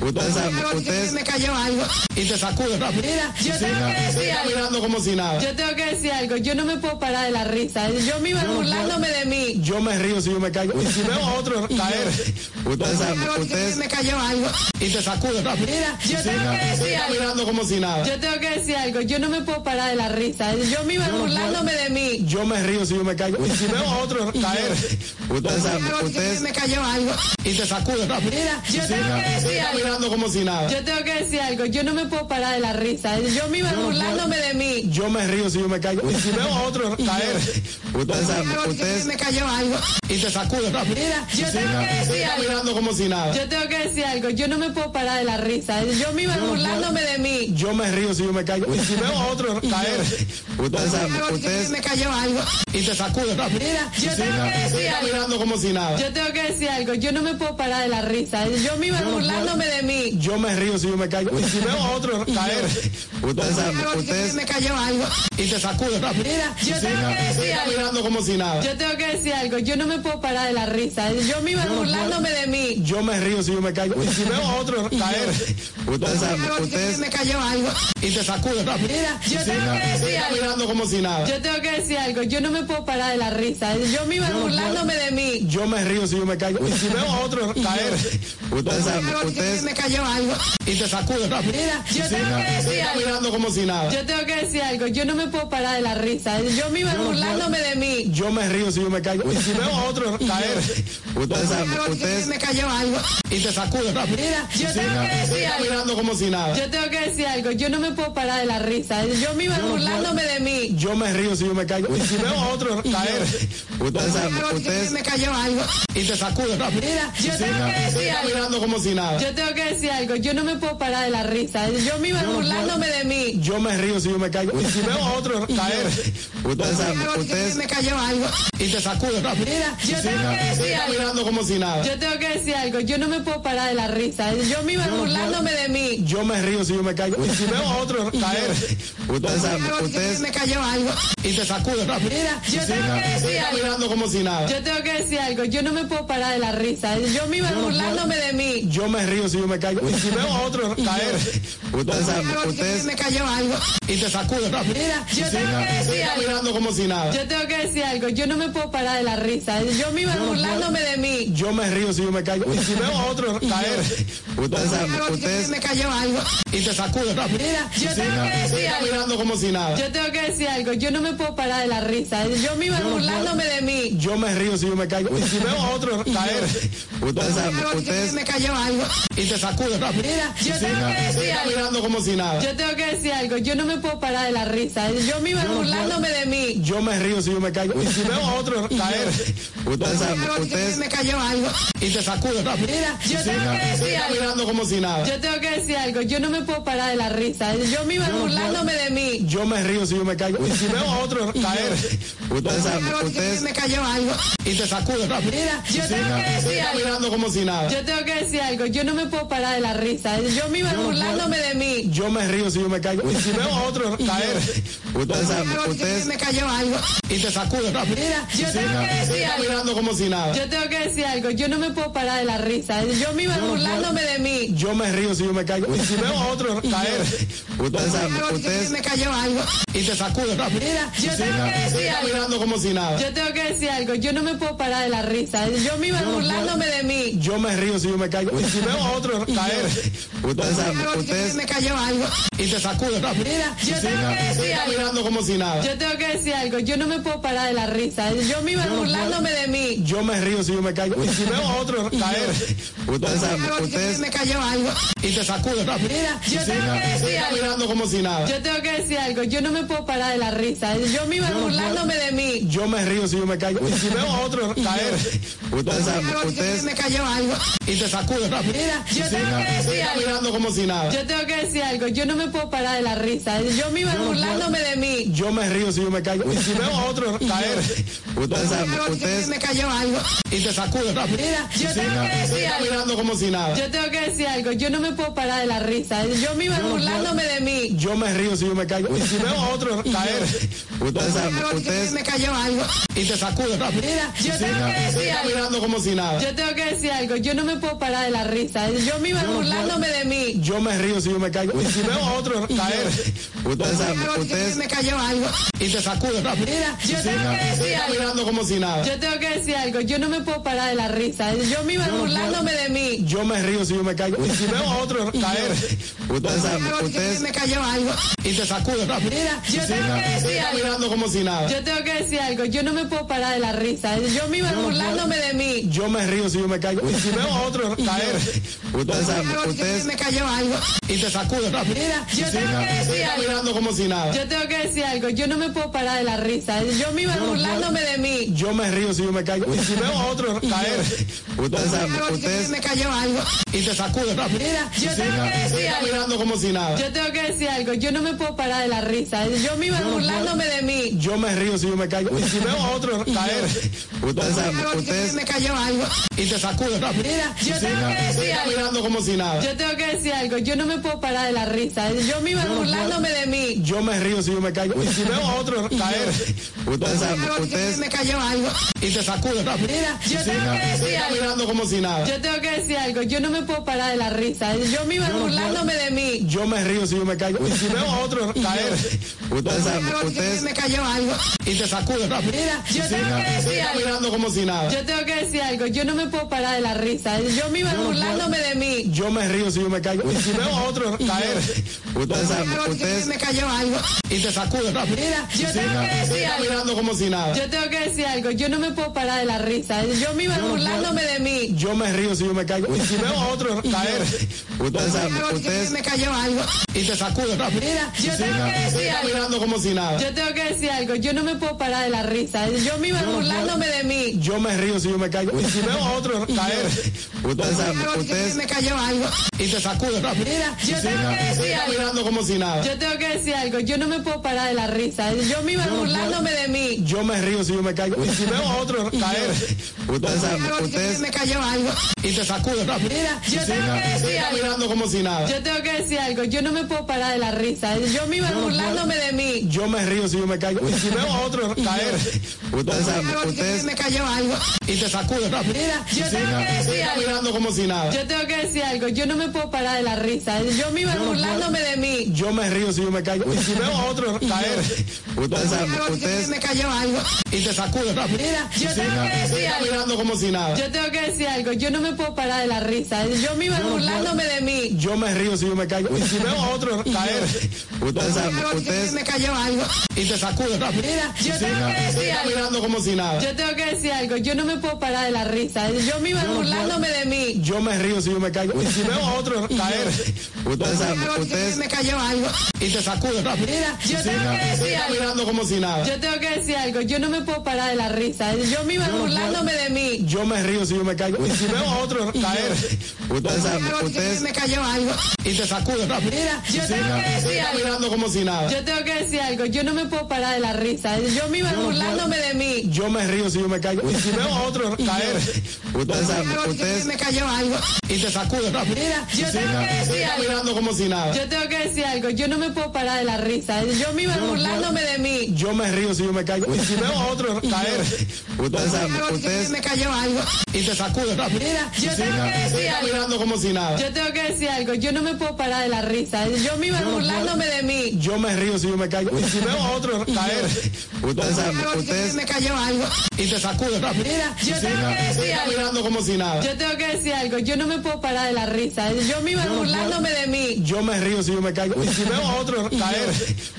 [SPEAKER 3] ustedes saben,
[SPEAKER 4] Algo, dije que
[SPEAKER 3] ustedes,
[SPEAKER 4] me cayó algo.
[SPEAKER 1] y te sacude rápido.
[SPEAKER 2] Mira, yo tengo que
[SPEAKER 1] Estoy
[SPEAKER 2] decir algo.
[SPEAKER 1] caminando como si nada.
[SPEAKER 2] Yo tengo que decir algo. Yo no me puedo parar de la risa. Yo me iba
[SPEAKER 1] no puedo.
[SPEAKER 2] burlándome de mí.
[SPEAKER 1] Yo me río si yo me caigo. Y si veo a otro caer
[SPEAKER 3] ustedes saben,
[SPEAKER 4] Algo, dije que
[SPEAKER 3] ustedes,
[SPEAKER 4] me cayó algo.
[SPEAKER 1] y te sacude rápido.
[SPEAKER 2] Mira, yo tengo
[SPEAKER 1] Estoy
[SPEAKER 2] que decir algo.
[SPEAKER 1] caminando como si nada.
[SPEAKER 2] Yo tengo que decir algo. Yo no me puedo parar de la risa. Yo me iba
[SPEAKER 1] no puedo.
[SPEAKER 2] burlándome de mí.
[SPEAKER 1] Yo me río si yo me caigo. Y si veo a otro caer
[SPEAKER 3] ustedes saben,
[SPEAKER 4] Algo, dije que
[SPEAKER 3] ustedes,
[SPEAKER 4] me cayó algo.
[SPEAKER 1] y te sacude rápido.
[SPEAKER 2] Mira, yo tengo que
[SPEAKER 1] Estoy
[SPEAKER 2] decir algo.
[SPEAKER 1] caminando como si nada.
[SPEAKER 2] Yo tengo que decir algo. Yo no me puedo parar de la risa. Yo me iba burlándome de mí.
[SPEAKER 1] Yo me río si yo me caigo. Y si veo a otro caer
[SPEAKER 3] ustedes saben,
[SPEAKER 4] Algo, dije que
[SPEAKER 3] ustedes,
[SPEAKER 4] me cayó algo.
[SPEAKER 1] y te sacude rápido.
[SPEAKER 2] Mira, yo tengo que decir algo.
[SPEAKER 1] Caminando como si nada.
[SPEAKER 2] Yo tengo que decir algo. Yo no me puedo parar de la risa. Yo me iba burlándome de mí.
[SPEAKER 1] Yo me río si yo me caigo. Y si veo a otro caer
[SPEAKER 3] ustedes saben,
[SPEAKER 4] Algo, dije que
[SPEAKER 3] ustedes,
[SPEAKER 4] me cayó algo.
[SPEAKER 1] y te sacude rápido.
[SPEAKER 2] Mira, yo tengo que decir algo.
[SPEAKER 1] Caminando como si nada.
[SPEAKER 2] Yo tengo que decir algo. Yo no me puedo parar de la risa. Yo me iba burlándome de mí.
[SPEAKER 1] Yo me río si yo me caigo. Y si veo a otro caer
[SPEAKER 3] ustedes saben,
[SPEAKER 4] Algo, dije que
[SPEAKER 3] ustedes,
[SPEAKER 4] me cayó algo.
[SPEAKER 1] y te sacude rápido.
[SPEAKER 2] Mira, yo tengo que decir algo.
[SPEAKER 1] Caminando como si nada.
[SPEAKER 2] Yo tengo que decir algo. Yo no me puedo parar de la risa. Yo me iba burlándome de mí.
[SPEAKER 1] Yo me río si yo me caigo. Y si veo a otro caer
[SPEAKER 3] ustedes saben,
[SPEAKER 4] Algo, dije que
[SPEAKER 3] ustedes,
[SPEAKER 4] me cayó algo.
[SPEAKER 1] y te sacude rápido.
[SPEAKER 2] Mira, yo tengo que decir algo.
[SPEAKER 1] Caminando como si nada.
[SPEAKER 2] Yo tengo que decir algo. Yo no me puedo parar de la risa. Yo me iba burlándome de mí.
[SPEAKER 1] Yo me río si yo me caigo. Y si veo a otro caer
[SPEAKER 3] ustedes saben,
[SPEAKER 4] Algo, dije que
[SPEAKER 3] ustedes,
[SPEAKER 4] me cayó algo.
[SPEAKER 1] y te sacude rápido.
[SPEAKER 2] Mira, yo tengo que decir algo.
[SPEAKER 1] Caminando como si nada.
[SPEAKER 2] Yo tengo que decir algo. Yo no me puedo parar de la risa. Yo me iba burlándome de mí.
[SPEAKER 1] Yo me río si yo me caigo. Y si veo a otro caer
[SPEAKER 3] ustedes saben,
[SPEAKER 4] Algo, dije que
[SPEAKER 3] ustedes,
[SPEAKER 4] me cayó algo.
[SPEAKER 1] y te sacude rápido.
[SPEAKER 2] Mira, yo tengo que decir algo.
[SPEAKER 1] Caminando como si nada.
[SPEAKER 2] Yo tengo que decir algo. Yo no me puedo parar de la risa. Yo me iba burlándome de mí.
[SPEAKER 1] Yo me río si yo me caigo. Y si veo a otro caer
[SPEAKER 3] ustedes saben,
[SPEAKER 4] Algo, dije que
[SPEAKER 3] ustedes,
[SPEAKER 4] me cayó algo.
[SPEAKER 1] y te sacude rápido.
[SPEAKER 2] Mira, yo tengo que decir algo.
[SPEAKER 1] Caminando como si nada.
[SPEAKER 2] Yo tengo que decir algo. Yo no me puedo parar de la risa. Yo me iba burlándome de mí.
[SPEAKER 1] Yo me río si yo me caigo. Y si veo a otro caer
[SPEAKER 3] ustedes saben,
[SPEAKER 4] Algo, dije que
[SPEAKER 3] ustedes,
[SPEAKER 4] me cayó algo.
[SPEAKER 1] y te sacude rápido.
[SPEAKER 2] Mira, yo tengo que decir algo.
[SPEAKER 1] Caminando como si nada.
[SPEAKER 2] Yo tengo que decir algo. Yo no me puedo parar de la risa. Yo me iba burlándome de mí.
[SPEAKER 1] Yo me río si yo me caigo. Y si veo a otro caer
[SPEAKER 3] ustedes saben,
[SPEAKER 4] Algo, dije que
[SPEAKER 3] ustedes,
[SPEAKER 4] me cayó algo.
[SPEAKER 1] y te sacude rápido.
[SPEAKER 2] Mira, yo tengo que decir algo.
[SPEAKER 1] Caminando como si nada.
[SPEAKER 2] Yo tengo que decir algo. Yo no me puedo parar de la risa. Yo me iba burlándome de mí.
[SPEAKER 1] Yo me río si yo me caigo. Y si veo a otro caer
[SPEAKER 3] ustedes saben,
[SPEAKER 4] Algo, dije que
[SPEAKER 3] ustedes,
[SPEAKER 4] me cayó algo.
[SPEAKER 1] y te sacude rápido.
[SPEAKER 2] Mira, yo tengo que decir algo.
[SPEAKER 1] hablando como si nada.
[SPEAKER 2] Yo tengo que decir algo, yo no me puedo parar de la risa. Yo misma
[SPEAKER 1] Yo no
[SPEAKER 2] burlándome
[SPEAKER 1] puedo.
[SPEAKER 2] de mí.
[SPEAKER 1] Yo me río si yo me caigo. Y si veo a otro caer
[SPEAKER 3] Ustedes saben,
[SPEAKER 4] Ustedes
[SPEAKER 3] ustedes,
[SPEAKER 4] me cayó algo.
[SPEAKER 1] y te sacudo rápido.
[SPEAKER 2] Mira, yo tengo que
[SPEAKER 1] Estoy
[SPEAKER 2] decir algo.
[SPEAKER 1] caminando como si nada.
[SPEAKER 2] Yo tengo que decir algo, yo no me puedo parar de la risa. Yo misma
[SPEAKER 1] Yo no
[SPEAKER 2] burlándome de mí.
[SPEAKER 1] Yo me río si yo me caigo. Y si veo a otro caer
[SPEAKER 3] ustedes saben,
[SPEAKER 4] Ustedes
[SPEAKER 3] ustedes,
[SPEAKER 4] me cayó algo.
[SPEAKER 1] y te sacudo rápido.
[SPEAKER 2] Mira, yo tengo que
[SPEAKER 1] Estoy
[SPEAKER 2] decir algo.
[SPEAKER 1] caminando como si nada.
[SPEAKER 2] Yo tengo que decir algo, yo no me puedo parar de la risa. Yo misma
[SPEAKER 1] no puedo.
[SPEAKER 2] burlándome de mí.
[SPEAKER 1] Yo me río si yo me caigo. Y si veo a otro caer
[SPEAKER 3] ustedes saben,
[SPEAKER 4] Ustedes
[SPEAKER 3] ustedes,
[SPEAKER 4] me cayó algo.
[SPEAKER 1] y te sacudo rápido.
[SPEAKER 2] Mira, yo tengo que
[SPEAKER 1] Estoy
[SPEAKER 2] decir algo.
[SPEAKER 1] caminando como si nada.
[SPEAKER 2] Yo tengo que decir algo, yo no me puedo parar de la risa. Yo misma
[SPEAKER 1] Yo no
[SPEAKER 2] burlándome de mí.
[SPEAKER 1] Yo me río si yo me caigo. Y si veo a otro caer
[SPEAKER 3] ustedes saben,
[SPEAKER 4] Ustedes
[SPEAKER 3] ustedes,
[SPEAKER 4] me cayó algo.
[SPEAKER 1] y te sacudo rápido.
[SPEAKER 2] Mira, yo tengo que
[SPEAKER 1] Estoy
[SPEAKER 2] decir algo.
[SPEAKER 1] caminando como si nada.
[SPEAKER 2] Yo tengo que decir algo, yo no me puedo parar de la risa. Yo misma
[SPEAKER 1] no
[SPEAKER 2] burlándome de mí.
[SPEAKER 1] Yo me río si yo me caigo. Y si veo a otro caer
[SPEAKER 3] ustedes saben,
[SPEAKER 4] Ustedes
[SPEAKER 3] ustedes,
[SPEAKER 4] me cayó algo.
[SPEAKER 1] y te sacudo rápido.
[SPEAKER 2] Mira, yo tengo
[SPEAKER 1] Estoy
[SPEAKER 2] que decir algo.
[SPEAKER 1] caminando como si nada.
[SPEAKER 2] Yo tengo que decir algo, yo no me puedo parar de la risa. Yo misma
[SPEAKER 1] no puedo.
[SPEAKER 2] burlándome de mí.
[SPEAKER 1] Yo me río si yo me caigo. Y si veo a otro caer
[SPEAKER 3] ustedes saben,
[SPEAKER 4] Ustedes
[SPEAKER 3] ustedes,
[SPEAKER 4] me cayó algo.
[SPEAKER 1] y te sacudo rápido.
[SPEAKER 2] Mira, yo tengo que
[SPEAKER 1] Estoy
[SPEAKER 2] decir algo.
[SPEAKER 1] caminando como si nada.
[SPEAKER 2] Yo tengo que decir algo, yo no me puedo parar de la risa. Yo misma
[SPEAKER 1] no puedo.
[SPEAKER 2] burlándome de mí.
[SPEAKER 1] Yo me río si yo me caigo. Y si veo a otro caer
[SPEAKER 3] ustedes saben,
[SPEAKER 4] Ustedes
[SPEAKER 3] ustedes,
[SPEAKER 4] me cayó algo.
[SPEAKER 1] y te sacudo rápido.
[SPEAKER 2] Mira, yo tengo que
[SPEAKER 1] Estoy
[SPEAKER 2] decir algo.
[SPEAKER 1] caminando como si nada.
[SPEAKER 2] Yo tengo que decir algo, yo no me puedo parar de la risa. Yo misma
[SPEAKER 1] no puedo.
[SPEAKER 2] burlándome de mí.
[SPEAKER 1] Yo me río si yo me eh, caigo. Y si veo a otro caer
[SPEAKER 3] ustedes saben,
[SPEAKER 4] Ustedes
[SPEAKER 3] ustedes,
[SPEAKER 4] me cayó algo.
[SPEAKER 1] y te sacudo rápido.
[SPEAKER 2] Mira, yo tengo
[SPEAKER 1] Estoy
[SPEAKER 2] que decir algo.
[SPEAKER 1] caminando como si nada.
[SPEAKER 2] Yo tengo que decir algo, yo no me puedo parar de la risa. Yo misma
[SPEAKER 1] no puedo.
[SPEAKER 2] burlándome de mí.
[SPEAKER 1] Yo me río si yo me eh, caigo. Y si veo a otro caer
[SPEAKER 3] ustedes saben,
[SPEAKER 4] Ustedes
[SPEAKER 3] ustedes,
[SPEAKER 4] me cayó algo.
[SPEAKER 1] y te sacudo rápido.
[SPEAKER 2] Mira, yo tengo que
[SPEAKER 1] Estoy
[SPEAKER 2] decir algo.
[SPEAKER 1] caminando como si nada.
[SPEAKER 2] Yo tengo que decir algo, yo no me puedo parar de la risa. Yo misma
[SPEAKER 1] no puedo.
[SPEAKER 2] burlándome de mí.
[SPEAKER 1] Yo me río si yo me eh, caigo. Y si veo a otro caer
[SPEAKER 3] ustedes saben,
[SPEAKER 4] Ustedes
[SPEAKER 3] ustedes,
[SPEAKER 4] me cayó algo.
[SPEAKER 1] y te sacudo rápido.
[SPEAKER 2] Mira, yo tengo que
[SPEAKER 1] Estoy
[SPEAKER 2] decir
[SPEAKER 1] eh,
[SPEAKER 2] algo.
[SPEAKER 1] caminando como si nada.
[SPEAKER 2] Yo tengo que decir algo, yo no me puedo parar de la risa. Yo misma
[SPEAKER 1] no puedo.
[SPEAKER 2] burlándome de mí.
[SPEAKER 1] Yo me río si yo me eh, caigo. Y si veo a otro caer
[SPEAKER 3] ustedes saben,
[SPEAKER 4] Ustedes
[SPEAKER 3] ustedes,
[SPEAKER 4] me cayó algo.
[SPEAKER 1] y te sacudo rápido.
[SPEAKER 2] Mira, yo tengo que
[SPEAKER 1] Estoy
[SPEAKER 2] decir algo.
[SPEAKER 1] eh, caminando como si nada.
[SPEAKER 2] Yo tengo que decir algo, yo no me puedo parar de la risa. Yo misma
[SPEAKER 1] no puedo.
[SPEAKER 2] burlándome de mí.
[SPEAKER 1] Yo me río si yo me caigo. Y si veo a otro caer
[SPEAKER 3] ustedes saben,
[SPEAKER 4] Ustedes
[SPEAKER 3] ustedes,
[SPEAKER 4] me cayó algo.
[SPEAKER 1] y te sacudo rápido.
[SPEAKER 2] Mira, yo tengo que
[SPEAKER 1] Estoy
[SPEAKER 2] decir algo.
[SPEAKER 1] caminando como si nada.
[SPEAKER 2] Yo tengo que decir algo, yo no me puedo parar de la risa. Yo misma
[SPEAKER 1] no puedo.
[SPEAKER 2] burlándome de mí.
[SPEAKER 1] Yo me río si yo me caigo. Y si veo a otro caer
[SPEAKER 3] ustedes saben,
[SPEAKER 4] Ustedes
[SPEAKER 3] ustedes,
[SPEAKER 4] me cayó algo.
[SPEAKER 1] y te sacudo rápido.
[SPEAKER 2] Mira, yo tengo que
[SPEAKER 1] Estoy
[SPEAKER 2] decir algo.
[SPEAKER 1] caminando como si nada.
[SPEAKER 2] Yo tengo que decir algo, yo no me puedo parar de la risa. Yo misma
[SPEAKER 1] no puedo.
[SPEAKER 2] burlándome de mí.
[SPEAKER 1] Yo me río si yo me caigo. Y si veo a otro caer
[SPEAKER 3] ustedes saben,
[SPEAKER 4] Ustedes
[SPEAKER 3] ustedes,
[SPEAKER 4] me cayó algo.
[SPEAKER 1] y te sacudo rápido.
[SPEAKER 2] Mira, yo tengo que
[SPEAKER 1] Estoy
[SPEAKER 2] decir algo.
[SPEAKER 1] caminando como si nada.
[SPEAKER 2] Yo tengo que decir algo, yo no me puedo parar de la risa. Yo misma
[SPEAKER 1] no puedo.
[SPEAKER 2] burlándome de mí.
[SPEAKER 1] Yo me río si yo me caigo. Y si veo a otro caer
[SPEAKER 3] ustedes saben,
[SPEAKER 4] Ustedes
[SPEAKER 3] ustedes,
[SPEAKER 4] me cayó algo.
[SPEAKER 1] y te sacudo rápido.
[SPEAKER 2] Mira, yo tengo
[SPEAKER 1] Estoy
[SPEAKER 2] que decir algo.
[SPEAKER 1] caminando como si nada.
[SPEAKER 2] Yo tengo que decir algo, yo no me puedo parar de la risa. Yo misma burlándome de mí.
[SPEAKER 1] Yo me río si yo me caigo. Y si veo a otro caer
[SPEAKER 3] ustedes saben,
[SPEAKER 4] Ustedes
[SPEAKER 3] ustedes,
[SPEAKER 4] me cayó algo.
[SPEAKER 1] y te sacudo rápido.
[SPEAKER 2] Mira, yo tengo que
[SPEAKER 1] Estoy
[SPEAKER 2] decir algo.
[SPEAKER 1] caminando como si nada.
[SPEAKER 2] Yo tengo que decir algo, yo no me puedo parar de la risa. Yo misma burlándome de mí.
[SPEAKER 1] Yo me río si yo me caigo. Y si veo a otro caer
[SPEAKER 3] ustedes saben,
[SPEAKER 4] Ustedes
[SPEAKER 3] ustedes,
[SPEAKER 4] me cayó algo.
[SPEAKER 1] y te sacudo rápido.
[SPEAKER 2] Mira, yo tengo que
[SPEAKER 1] Estoy
[SPEAKER 2] decir algo.
[SPEAKER 1] caminando como si nada.
[SPEAKER 2] Yo tengo que decir algo, yo no me puedo parar de la risa. Yo misma burlándome de mí.
[SPEAKER 1] Yo me río si yo me caigo. Y si veo a otro caer
[SPEAKER 3] ustedes saben,
[SPEAKER 4] Ustedes
[SPEAKER 3] ustedes,
[SPEAKER 4] me cayó algo.
[SPEAKER 1] y te sacudo rápido.
[SPEAKER 2] Mira, yo tengo que
[SPEAKER 1] Estoy
[SPEAKER 2] decir algo.
[SPEAKER 1] caminando como si nada.
[SPEAKER 2] Yo tengo que decir algo, yo no me puedo parar de la risa. Yo misma burlándome de mí.
[SPEAKER 1] Yo me río si yo me caigo. Y si veo a otro caer
[SPEAKER 3] ustedes saben,
[SPEAKER 4] Ustedes
[SPEAKER 3] ustedes,
[SPEAKER 4] me cayó algo.
[SPEAKER 1] y te sacudo rápido.
[SPEAKER 2] Mira, yo tengo que
[SPEAKER 1] Estoy
[SPEAKER 2] decir algo.
[SPEAKER 1] caminando como si nada.
[SPEAKER 2] Yo tengo que decir algo, yo no me puedo parar de la risa. Yo misma burlándome de mí.
[SPEAKER 1] Yo me río si yo me caigo. Y si veo a otro caer
[SPEAKER 3] ustedes saben,
[SPEAKER 4] Ustedes
[SPEAKER 3] ustedes,
[SPEAKER 4] me cayó algo.
[SPEAKER 1] y te sacudo rápido.
[SPEAKER 2] Mira, yo tengo que
[SPEAKER 1] Estoy
[SPEAKER 2] decir algo.
[SPEAKER 1] caminando como si nada.
[SPEAKER 2] Yo tengo que decir algo, yo no me puedo parar de la risa. Yo misma burlándome de mí.
[SPEAKER 1] Yo me río si yo me caigo. Y si veo a otro caer
[SPEAKER 3] ustedes saben,
[SPEAKER 4] Ustedes
[SPEAKER 3] ustedes,
[SPEAKER 4] me cayó algo.
[SPEAKER 1] y te sacudo rápido.
[SPEAKER 2] Mira, yo tengo que
[SPEAKER 1] Estoy
[SPEAKER 2] decir algo.
[SPEAKER 1] caminando como si nada.
[SPEAKER 2] Yo tengo que decir algo, yo no me puedo parar de la risa. Yo misma burlándome de mí.
[SPEAKER 1] Yo me río si yo me caigo. Y si veo a otro caer
[SPEAKER 3] ustedes saben,
[SPEAKER 4] Ustedes
[SPEAKER 3] ustedes,
[SPEAKER 4] me cayó algo.
[SPEAKER 1] y te sacudo rápido.
[SPEAKER 2] Mira, yo tengo que
[SPEAKER 1] Estoy
[SPEAKER 2] decir algo.
[SPEAKER 1] caminando como si nada.
[SPEAKER 2] Yo tengo que decir algo, yo no me puedo parar de la risa. Yo misma burlándome de mí.
[SPEAKER 1] Yo me río si yo me caigo. Y si veo a otro caer
[SPEAKER 3] ustedes saben,
[SPEAKER 4] Ustedes
[SPEAKER 3] ustedes,
[SPEAKER 4] me cayó algo.
[SPEAKER 1] y te sacudo rápido.
[SPEAKER 2] Mira, yo tengo que
[SPEAKER 1] Estoy
[SPEAKER 2] decir algo.
[SPEAKER 1] caminando como si nada.
[SPEAKER 2] Yo tengo que decir algo, yo no me puedo parar de la risa. Yo misma burlándome de mí.
[SPEAKER 1] Yo me río si yo me caigo. Y si veo a otro caer
[SPEAKER 3] ustedes saben,
[SPEAKER 4] Algo, así que
[SPEAKER 3] ustedes-
[SPEAKER 4] me cayó algo.
[SPEAKER 1] y te sacude rápido.
[SPEAKER 2] Mira, yo tengo que
[SPEAKER 1] Estoy
[SPEAKER 2] decir
[SPEAKER 1] caminando
[SPEAKER 2] algo.
[SPEAKER 1] como si nada.
[SPEAKER 2] Yo tengo que decir algo. Yo no me puedo parar de la risa. Yo misma
[SPEAKER 1] Yo no
[SPEAKER 2] burlándome
[SPEAKER 1] puedo.
[SPEAKER 2] de mí.
[SPEAKER 1] Yo me río si yo me caigo. Y si veo a otro caer
[SPEAKER 3] ustedes saben,
[SPEAKER 4] Algo, así que
[SPEAKER 3] ustedes-
[SPEAKER 4] me cayó algo.
[SPEAKER 1] y te sacude rápido.
[SPEAKER 2] Mira, yo tengo que
[SPEAKER 1] Estoy
[SPEAKER 2] decir algo.
[SPEAKER 1] caminando como si nada.
[SPEAKER 2] Yo tengo que decir algo. Yo no me puedo parar de la risa. Yo misma
[SPEAKER 1] no puedo.
[SPEAKER 2] burlándome de mí.
[SPEAKER 1] Yo me río si yo me caigo. Y si veo a otro caer
[SPEAKER 3] ustedes saben,
[SPEAKER 4] Algo, así que
[SPEAKER 3] ustedes-
[SPEAKER 4] me cayó algo.
[SPEAKER 1] y te sacude rápido.
[SPEAKER 2] Mira, yo tengo
[SPEAKER 1] Estoy
[SPEAKER 2] que decir algo.
[SPEAKER 1] caminando como si nada.
[SPEAKER 2] Yo tengo que decir algo. Yo no me puedo parar de la risa. Yo misma
[SPEAKER 1] no puedo.
[SPEAKER 2] burlándome de mí.
[SPEAKER 1] Yo me río si yo me caigo. Y si veo a otro caer
[SPEAKER 3] ustedes saben,
[SPEAKER 4] Algo, así que
[SPEAKER 3] ustedes-
[SPEAKER 4] me cayó algo.
[SPEAKER 1] y te sacude rápido.
[SPEAKER 2] Mira, yo tengo que
[SPEAKER 1] Estoy
[SPEAKER 2] decir algo.
[SPEAKER 1] caminando como si nada.
[SPEAKER 2] Yo tengo que decir algo. Yo no me puedo parar de la risa. Yo misma
[SPEAKER 1] no puedo.
[SPEAKER 2] burlándome de mí.
[SPEAKER 1] Yo me río si yo me caigo. Y si veo a otro caer
[SPEAKER 3] ustedes saben,
[SPEAKER 4] Algo, así que
[SPEAKER 3] ustedes-
[SPEAKER 4] me cayó algo.
[SPEAKER 1] y te sacude rápido.
[SPEAKER 2] Mira, yo tengo que
[SPEAKER 1] Estoy
[SPEAKER 2] decir algo.
[SPEAKER 1] caminando como si nada.
[SPEAKER 2] Yo tengo que decir algo. Yo no me puedo parar de la risa. Yo misma
[SPEAKER 1] no puedo.
[SPEAKER 2] burlándome de mí.
[SPEAKER 1] Yo me río si yo me caigo. Y si veo a otro caer
[SPEAKER 3] ustedes saben,
[SPEAKER 4] Algo, así que
[SPEAKER 3] ustedes-
[SPEAKER 4] me cayó algo.
[SPEAKER 1] y te sacude rápido.
[SPEAKER 2] Mira, yo tengo que
[SPEAKER 1] Estoy
[SPEAKER 2] decir algo.
[SPEAKER 1] caminando como si nada.
[SPEAKER 2] Yo tengo que decir algo. Yo no me puedo parar de la risa. Yo misma
[SPEAKER 1] no puedo.
[SPEAKER 2] burlándome de mí.
[SPEAKER 1] Yo me río si yo me caigo. Y si veo a otro caer
[SPEAKER 3] ustedes saben,
[SPEAKER 4] Algo, así que
[SPEAKER 3] ustedes-
[SPEAKER 4] me cayó algo.
[SPEAKER 1] y te sacude rápido.
[SPEAKER 2] Mira, yo tengo que
[SPEAKER 1] Estoy
[SPEAKER 2] decir algo.
[SPEAKER 1] caminando como si nada.
[SPEAKER 2] Yo tengo que decir algo. Yo no me puedo parar de la risa. Yo misma
[SPEAKER 1] no puedo.
[SPEAKER 2] burlándome de mí.
[SPEAKER 1] Yo me río si yo me caigo. Y si veo a otro caer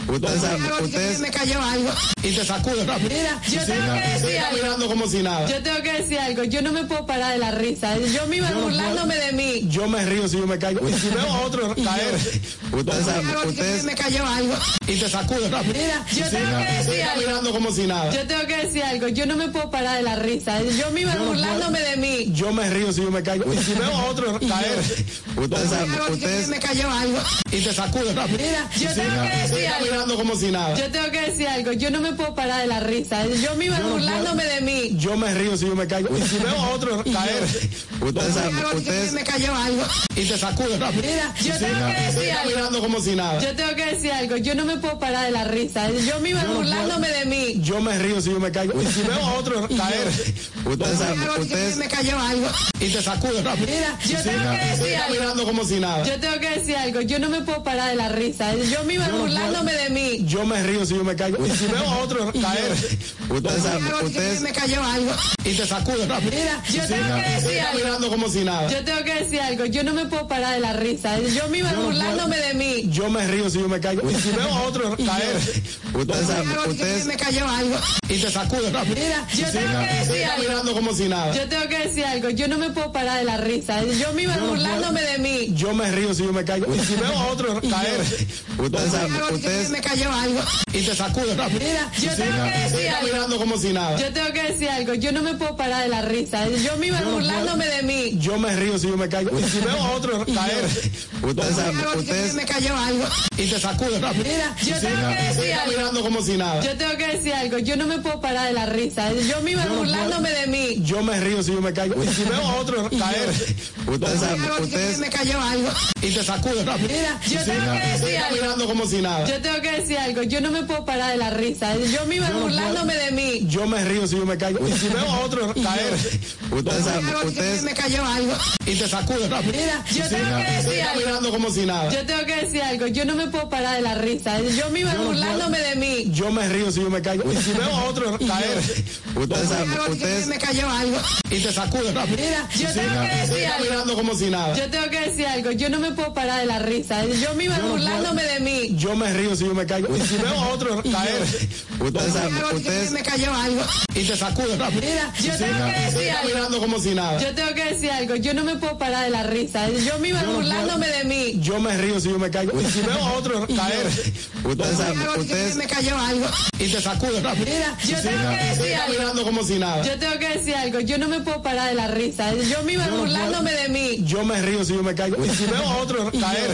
[SPEAKER 3] ustedes saben,
[SPEAKER 4] Algo, así que
[SPEAKER 3] ustedes-
[SPEAKER 4] me cayó algo.
[SPEAKER 1] y te sacude rápido.
[SPEAKER 2] Mira, yo tengo que
[SPEAKER 1] Estoy
[SPEAKER 2] decir algo.
[SPEAKER 1] caminando como si nada.
[SPEAKER 2] Yo tengo que decir algo. Yo no me puedo parar de la risa. Yo misma
[SPEAKER 1] puedo.
[SPEAKER 2] burlándome de mí.
[SPEAKER 1] Yo me río si yo me caigo. Y si veo a otro caer
[SPEAKER 3] ustedes saben,
[SPEAKER 4] Algo, así que
[SPEAKER 3] ustedes-
[SPEAKER 4] me cayó algo.
[SPEAKER 1] y te sacude rápido.
[SPEAKER 2] Mira, yo tengo que
[SPEAKER 1] Estoy
[SPEAKER 2] decir algo.
[SPEAKER 1] caminando como si nada.
[SPEAKER 2] Yo tengo que decir algo. Yo no me puedo parar de la risa. Yo misma
[SPEAKER 1] puedo.
[SPEAKER 2] burlándome de mí.
[SPEAKER 1] Yo me río si yo me caigo. Y si veo a otro caer
[SPEAKER 3] ustedes saben,
[SPEAKER 4] Algo, así que
[SPEAKER 3] ustedes-
[SPEAKER 4] me cayó algo.
[SPEAKER 1] y te sacude rápido.
[SPEAKER 2] Mira, yo tengo que
[SPEAKER 1] Estoy
[SPEAKER 2] decir algo.
[SPEAKER 1] caminando como si nada.
[SPEAKER 2] Yo tengo que decir algo. Yo no me puedo parar de la risa. Yo misma
[SPEAKER 1] puedo.
[SPEAKER 2] burlándome de mí.
[SPEAKER 1] Yo me río si yo me caigo. Y si veo a otro caer
[SPEAKER 3] ustedes saben,
[SPEAKER 4] Algo, así que
[SPEAKER 3] ustedes-
[SPEAKER 4] me cayó algo.
[SPEAKER 1] y te sacude rápido.
[SPEAKER 2] Mira, yo tengo que
[SPEAKER 1] Estoy
[SPEAKER 2] decir algo.
[SPEAKER 1] caminando como si nada.
[SPEAKER 2] Yo tengo que decir algo. Yo no me puedo parar de la risa. Yo misma burlándome de mí.
[SPEAKER 1] Yo me río si yo me caigo. Y si veo a otro caer
[SPEAKER 3] ustedes saben,
[SPEAKER 4] Algo, así que
[SPEAKER 3] ustedes-
[SPEAKER 4] me cayó algo.
[SPEAKER 1] y te sacude rápido.
[SPEAKER 2] Mira, yo tengo que
[SPEAKER 1] Estoy
[SPEAKER 2] decir algo.
[SPEAKER 1] caminando como si nada.
[SPEAKER 2] Yo tengo que decir algo. Yo no me puedo parar de la risa. Yo misma burlándome de mí.
[SPEAKER 1] Yo me río si yo me caigo. Y si veo a otro caer
[SPEAKER 3] ustedes saben,
[SPEAKER 4] Algo, así que
[SPEAKER 3] ustedes-
[SPEAKER 4] me cayó algo.
[SPEAKER 1] y te sacude rápido.
[SPEAKER 2] Mira, yo tengo que
[SPEAKER 1] Estoy
[SPEAKER 2] decir algo.
[SPEAKER 1] caminando como si nada.
[SPEAKER 2] Yo tengo que decir algo, yo no me puedo parar de la risa, yo misma burlándome de mí.
[SPEAKER 1] Yo me río si yo me caigo. Y si veo a otro caer
[SPEAKER 3] ustedes saben,
[SPEAKER 4] Algo, así que
[SPEAKER 3] ustedes-
[SPEAKER 4] me cayó algo.
[SPEAKER 1] y te sacude rápido.
[SPEAKER 2] Mira, yo tengo que
[SPEAKER 1] Estoy
[SPEAKER 2] decir algo,
[SPEAKER 1] caminando como si nada.
[SPEAKER 2] yo tengo que decir algo, yo no me puedo parar de la risa, yo misma burlándome de mí.
[SPEAKER 1] Yo me río si yo me caigo. Y si veo a otro caer
[SPEAKER 3] ustedes saben,
[SPEAKER 4] Algo, así que
[SPEAKER 3] ustedes-
[SPEAKER 4] me cayó algo.
[SPEAKER 1] y te sacude rápido.
[SPEAKER 2] Mira, yo tengo que
[SPEAKER 1] Estoy
[SPEAKER 2] decir algo,
[SPEAKER 1] caminando como si nada.
[SPEAKER 2] yo tengo que decir algo, yo no me puedo parar de la risa, yo misma burlándome de mí.
[SPEAKER 1] Yo me río si yo me caigo. Y si veo a otro caer
[SPEAKER 3] ustedes saben,
[SPEAKER 4] Algo, así que
[SPEAKER 3] ustedes-
[SPEAKER 4] me cayó algo.
[SPEAKER 1] y te sacude rápido.
[SPEAKER 2] Mira, yo tengo que decir algo,
[SPEAKER 1] Caminando como si nada.
[SPEAKER 2] yo tengo que decir algo, yo no me puedo parar de la risa, yo misma burlándome de mí.
[SPEAKER 1] Yo me río si yo me caigo. Y si veo a otro caer
[SPEAKER 3] ustedes saben,
[SPEAKER 4] Algo, así que
[SPEAKER 3] ustedes-
[SPEAKER 4] me cayó algo.
[SPEAKER 1] y te sacude rápido.
[SPEAKER 2] Mira, yo tengo que decir algo.
[SPEAKER 1] Caminando como si nada.
[SPEAKER 2] Yo tengo que decir algo, yo no me puedo parar de la risa, yo misma burlándome de mí.
[SPEAKER 1] Yo me río si yo me caigo. Y si veo a otro caer
[SPEAKER 3] ustedes saben,
[SPEAKER 4] Algo, así que
[SPEAKER 3] ustedes-
[SPEAKER 4] me cayó algo.
[SPEAKER 1] y te sacude rápido.
[SPEAKER 2] Mira, yo tengo que decir algo,
[SPEAKER 1] Caminando como si nada.
[SPEAKER 2] yo tengo que decir algo, yo no me puedo parar de la risa, yo misma burlándome de mí.
[SPEAKER 1] Yo me río si yo me caigo. Y si veo a otro caer
[SPEAKER 3] ustedes saben,
[SPEAKER 4] Algo, así que
[SPEAKER 3] ustedes-
[SPEAKER 4] me cayó algo.
[SPEAKER 1] y te sacude rápido.
[SPEAKER 2] Mira, yo tengo que decir algo,
[SPEAKER 1] Caminando como si nada.
[SPEAKER 2] yo tengo que decir algo, yo no me puedo parar de la risa, yo misma burlándome de mí.
[SPEAKER 1] Yo me río si yo me caigo. Y si veo a otro caer
[SPEAKER 3] ustedes saben,
[SPEAKER 4] Algo, así que
[SPEAKER 3] ustedes-
[SPEAKER 4] me cayó algo.
[SPEAKER 1] y te sacude rápido.
[SPEAKER 2] Mira, yo tengo que decir algo,
[SPEAKER 1] Caminando como si nada.
[SPEAKER 2] yo tengo que decir algo, yo no me puedo parar de la risa, yo misma burlándome de mí.
[SPEAKER 1] Yo me río si yo me caigo. Y si veo a otro caer
[SPEAKER 3] ustedes saben,
[SPEAKER 4] Algo, así que
[SPEAKER 3] ustedes-
[SPEAKER 4] me cayó algo.
[SPEAKER 1] y te sacude rápido.
[SPEAKER 2] Mira, yo tengo que decir algo.
[SPEAKER 1] Caminando como si nada.
[SPEAKER 2] Yo tengo que decir algo, yo no me puedo parar de la risa, yo misma burlándome de mí.
[SPEAKER 1] Yo me río si yo me caigo. Y si veo a otro caer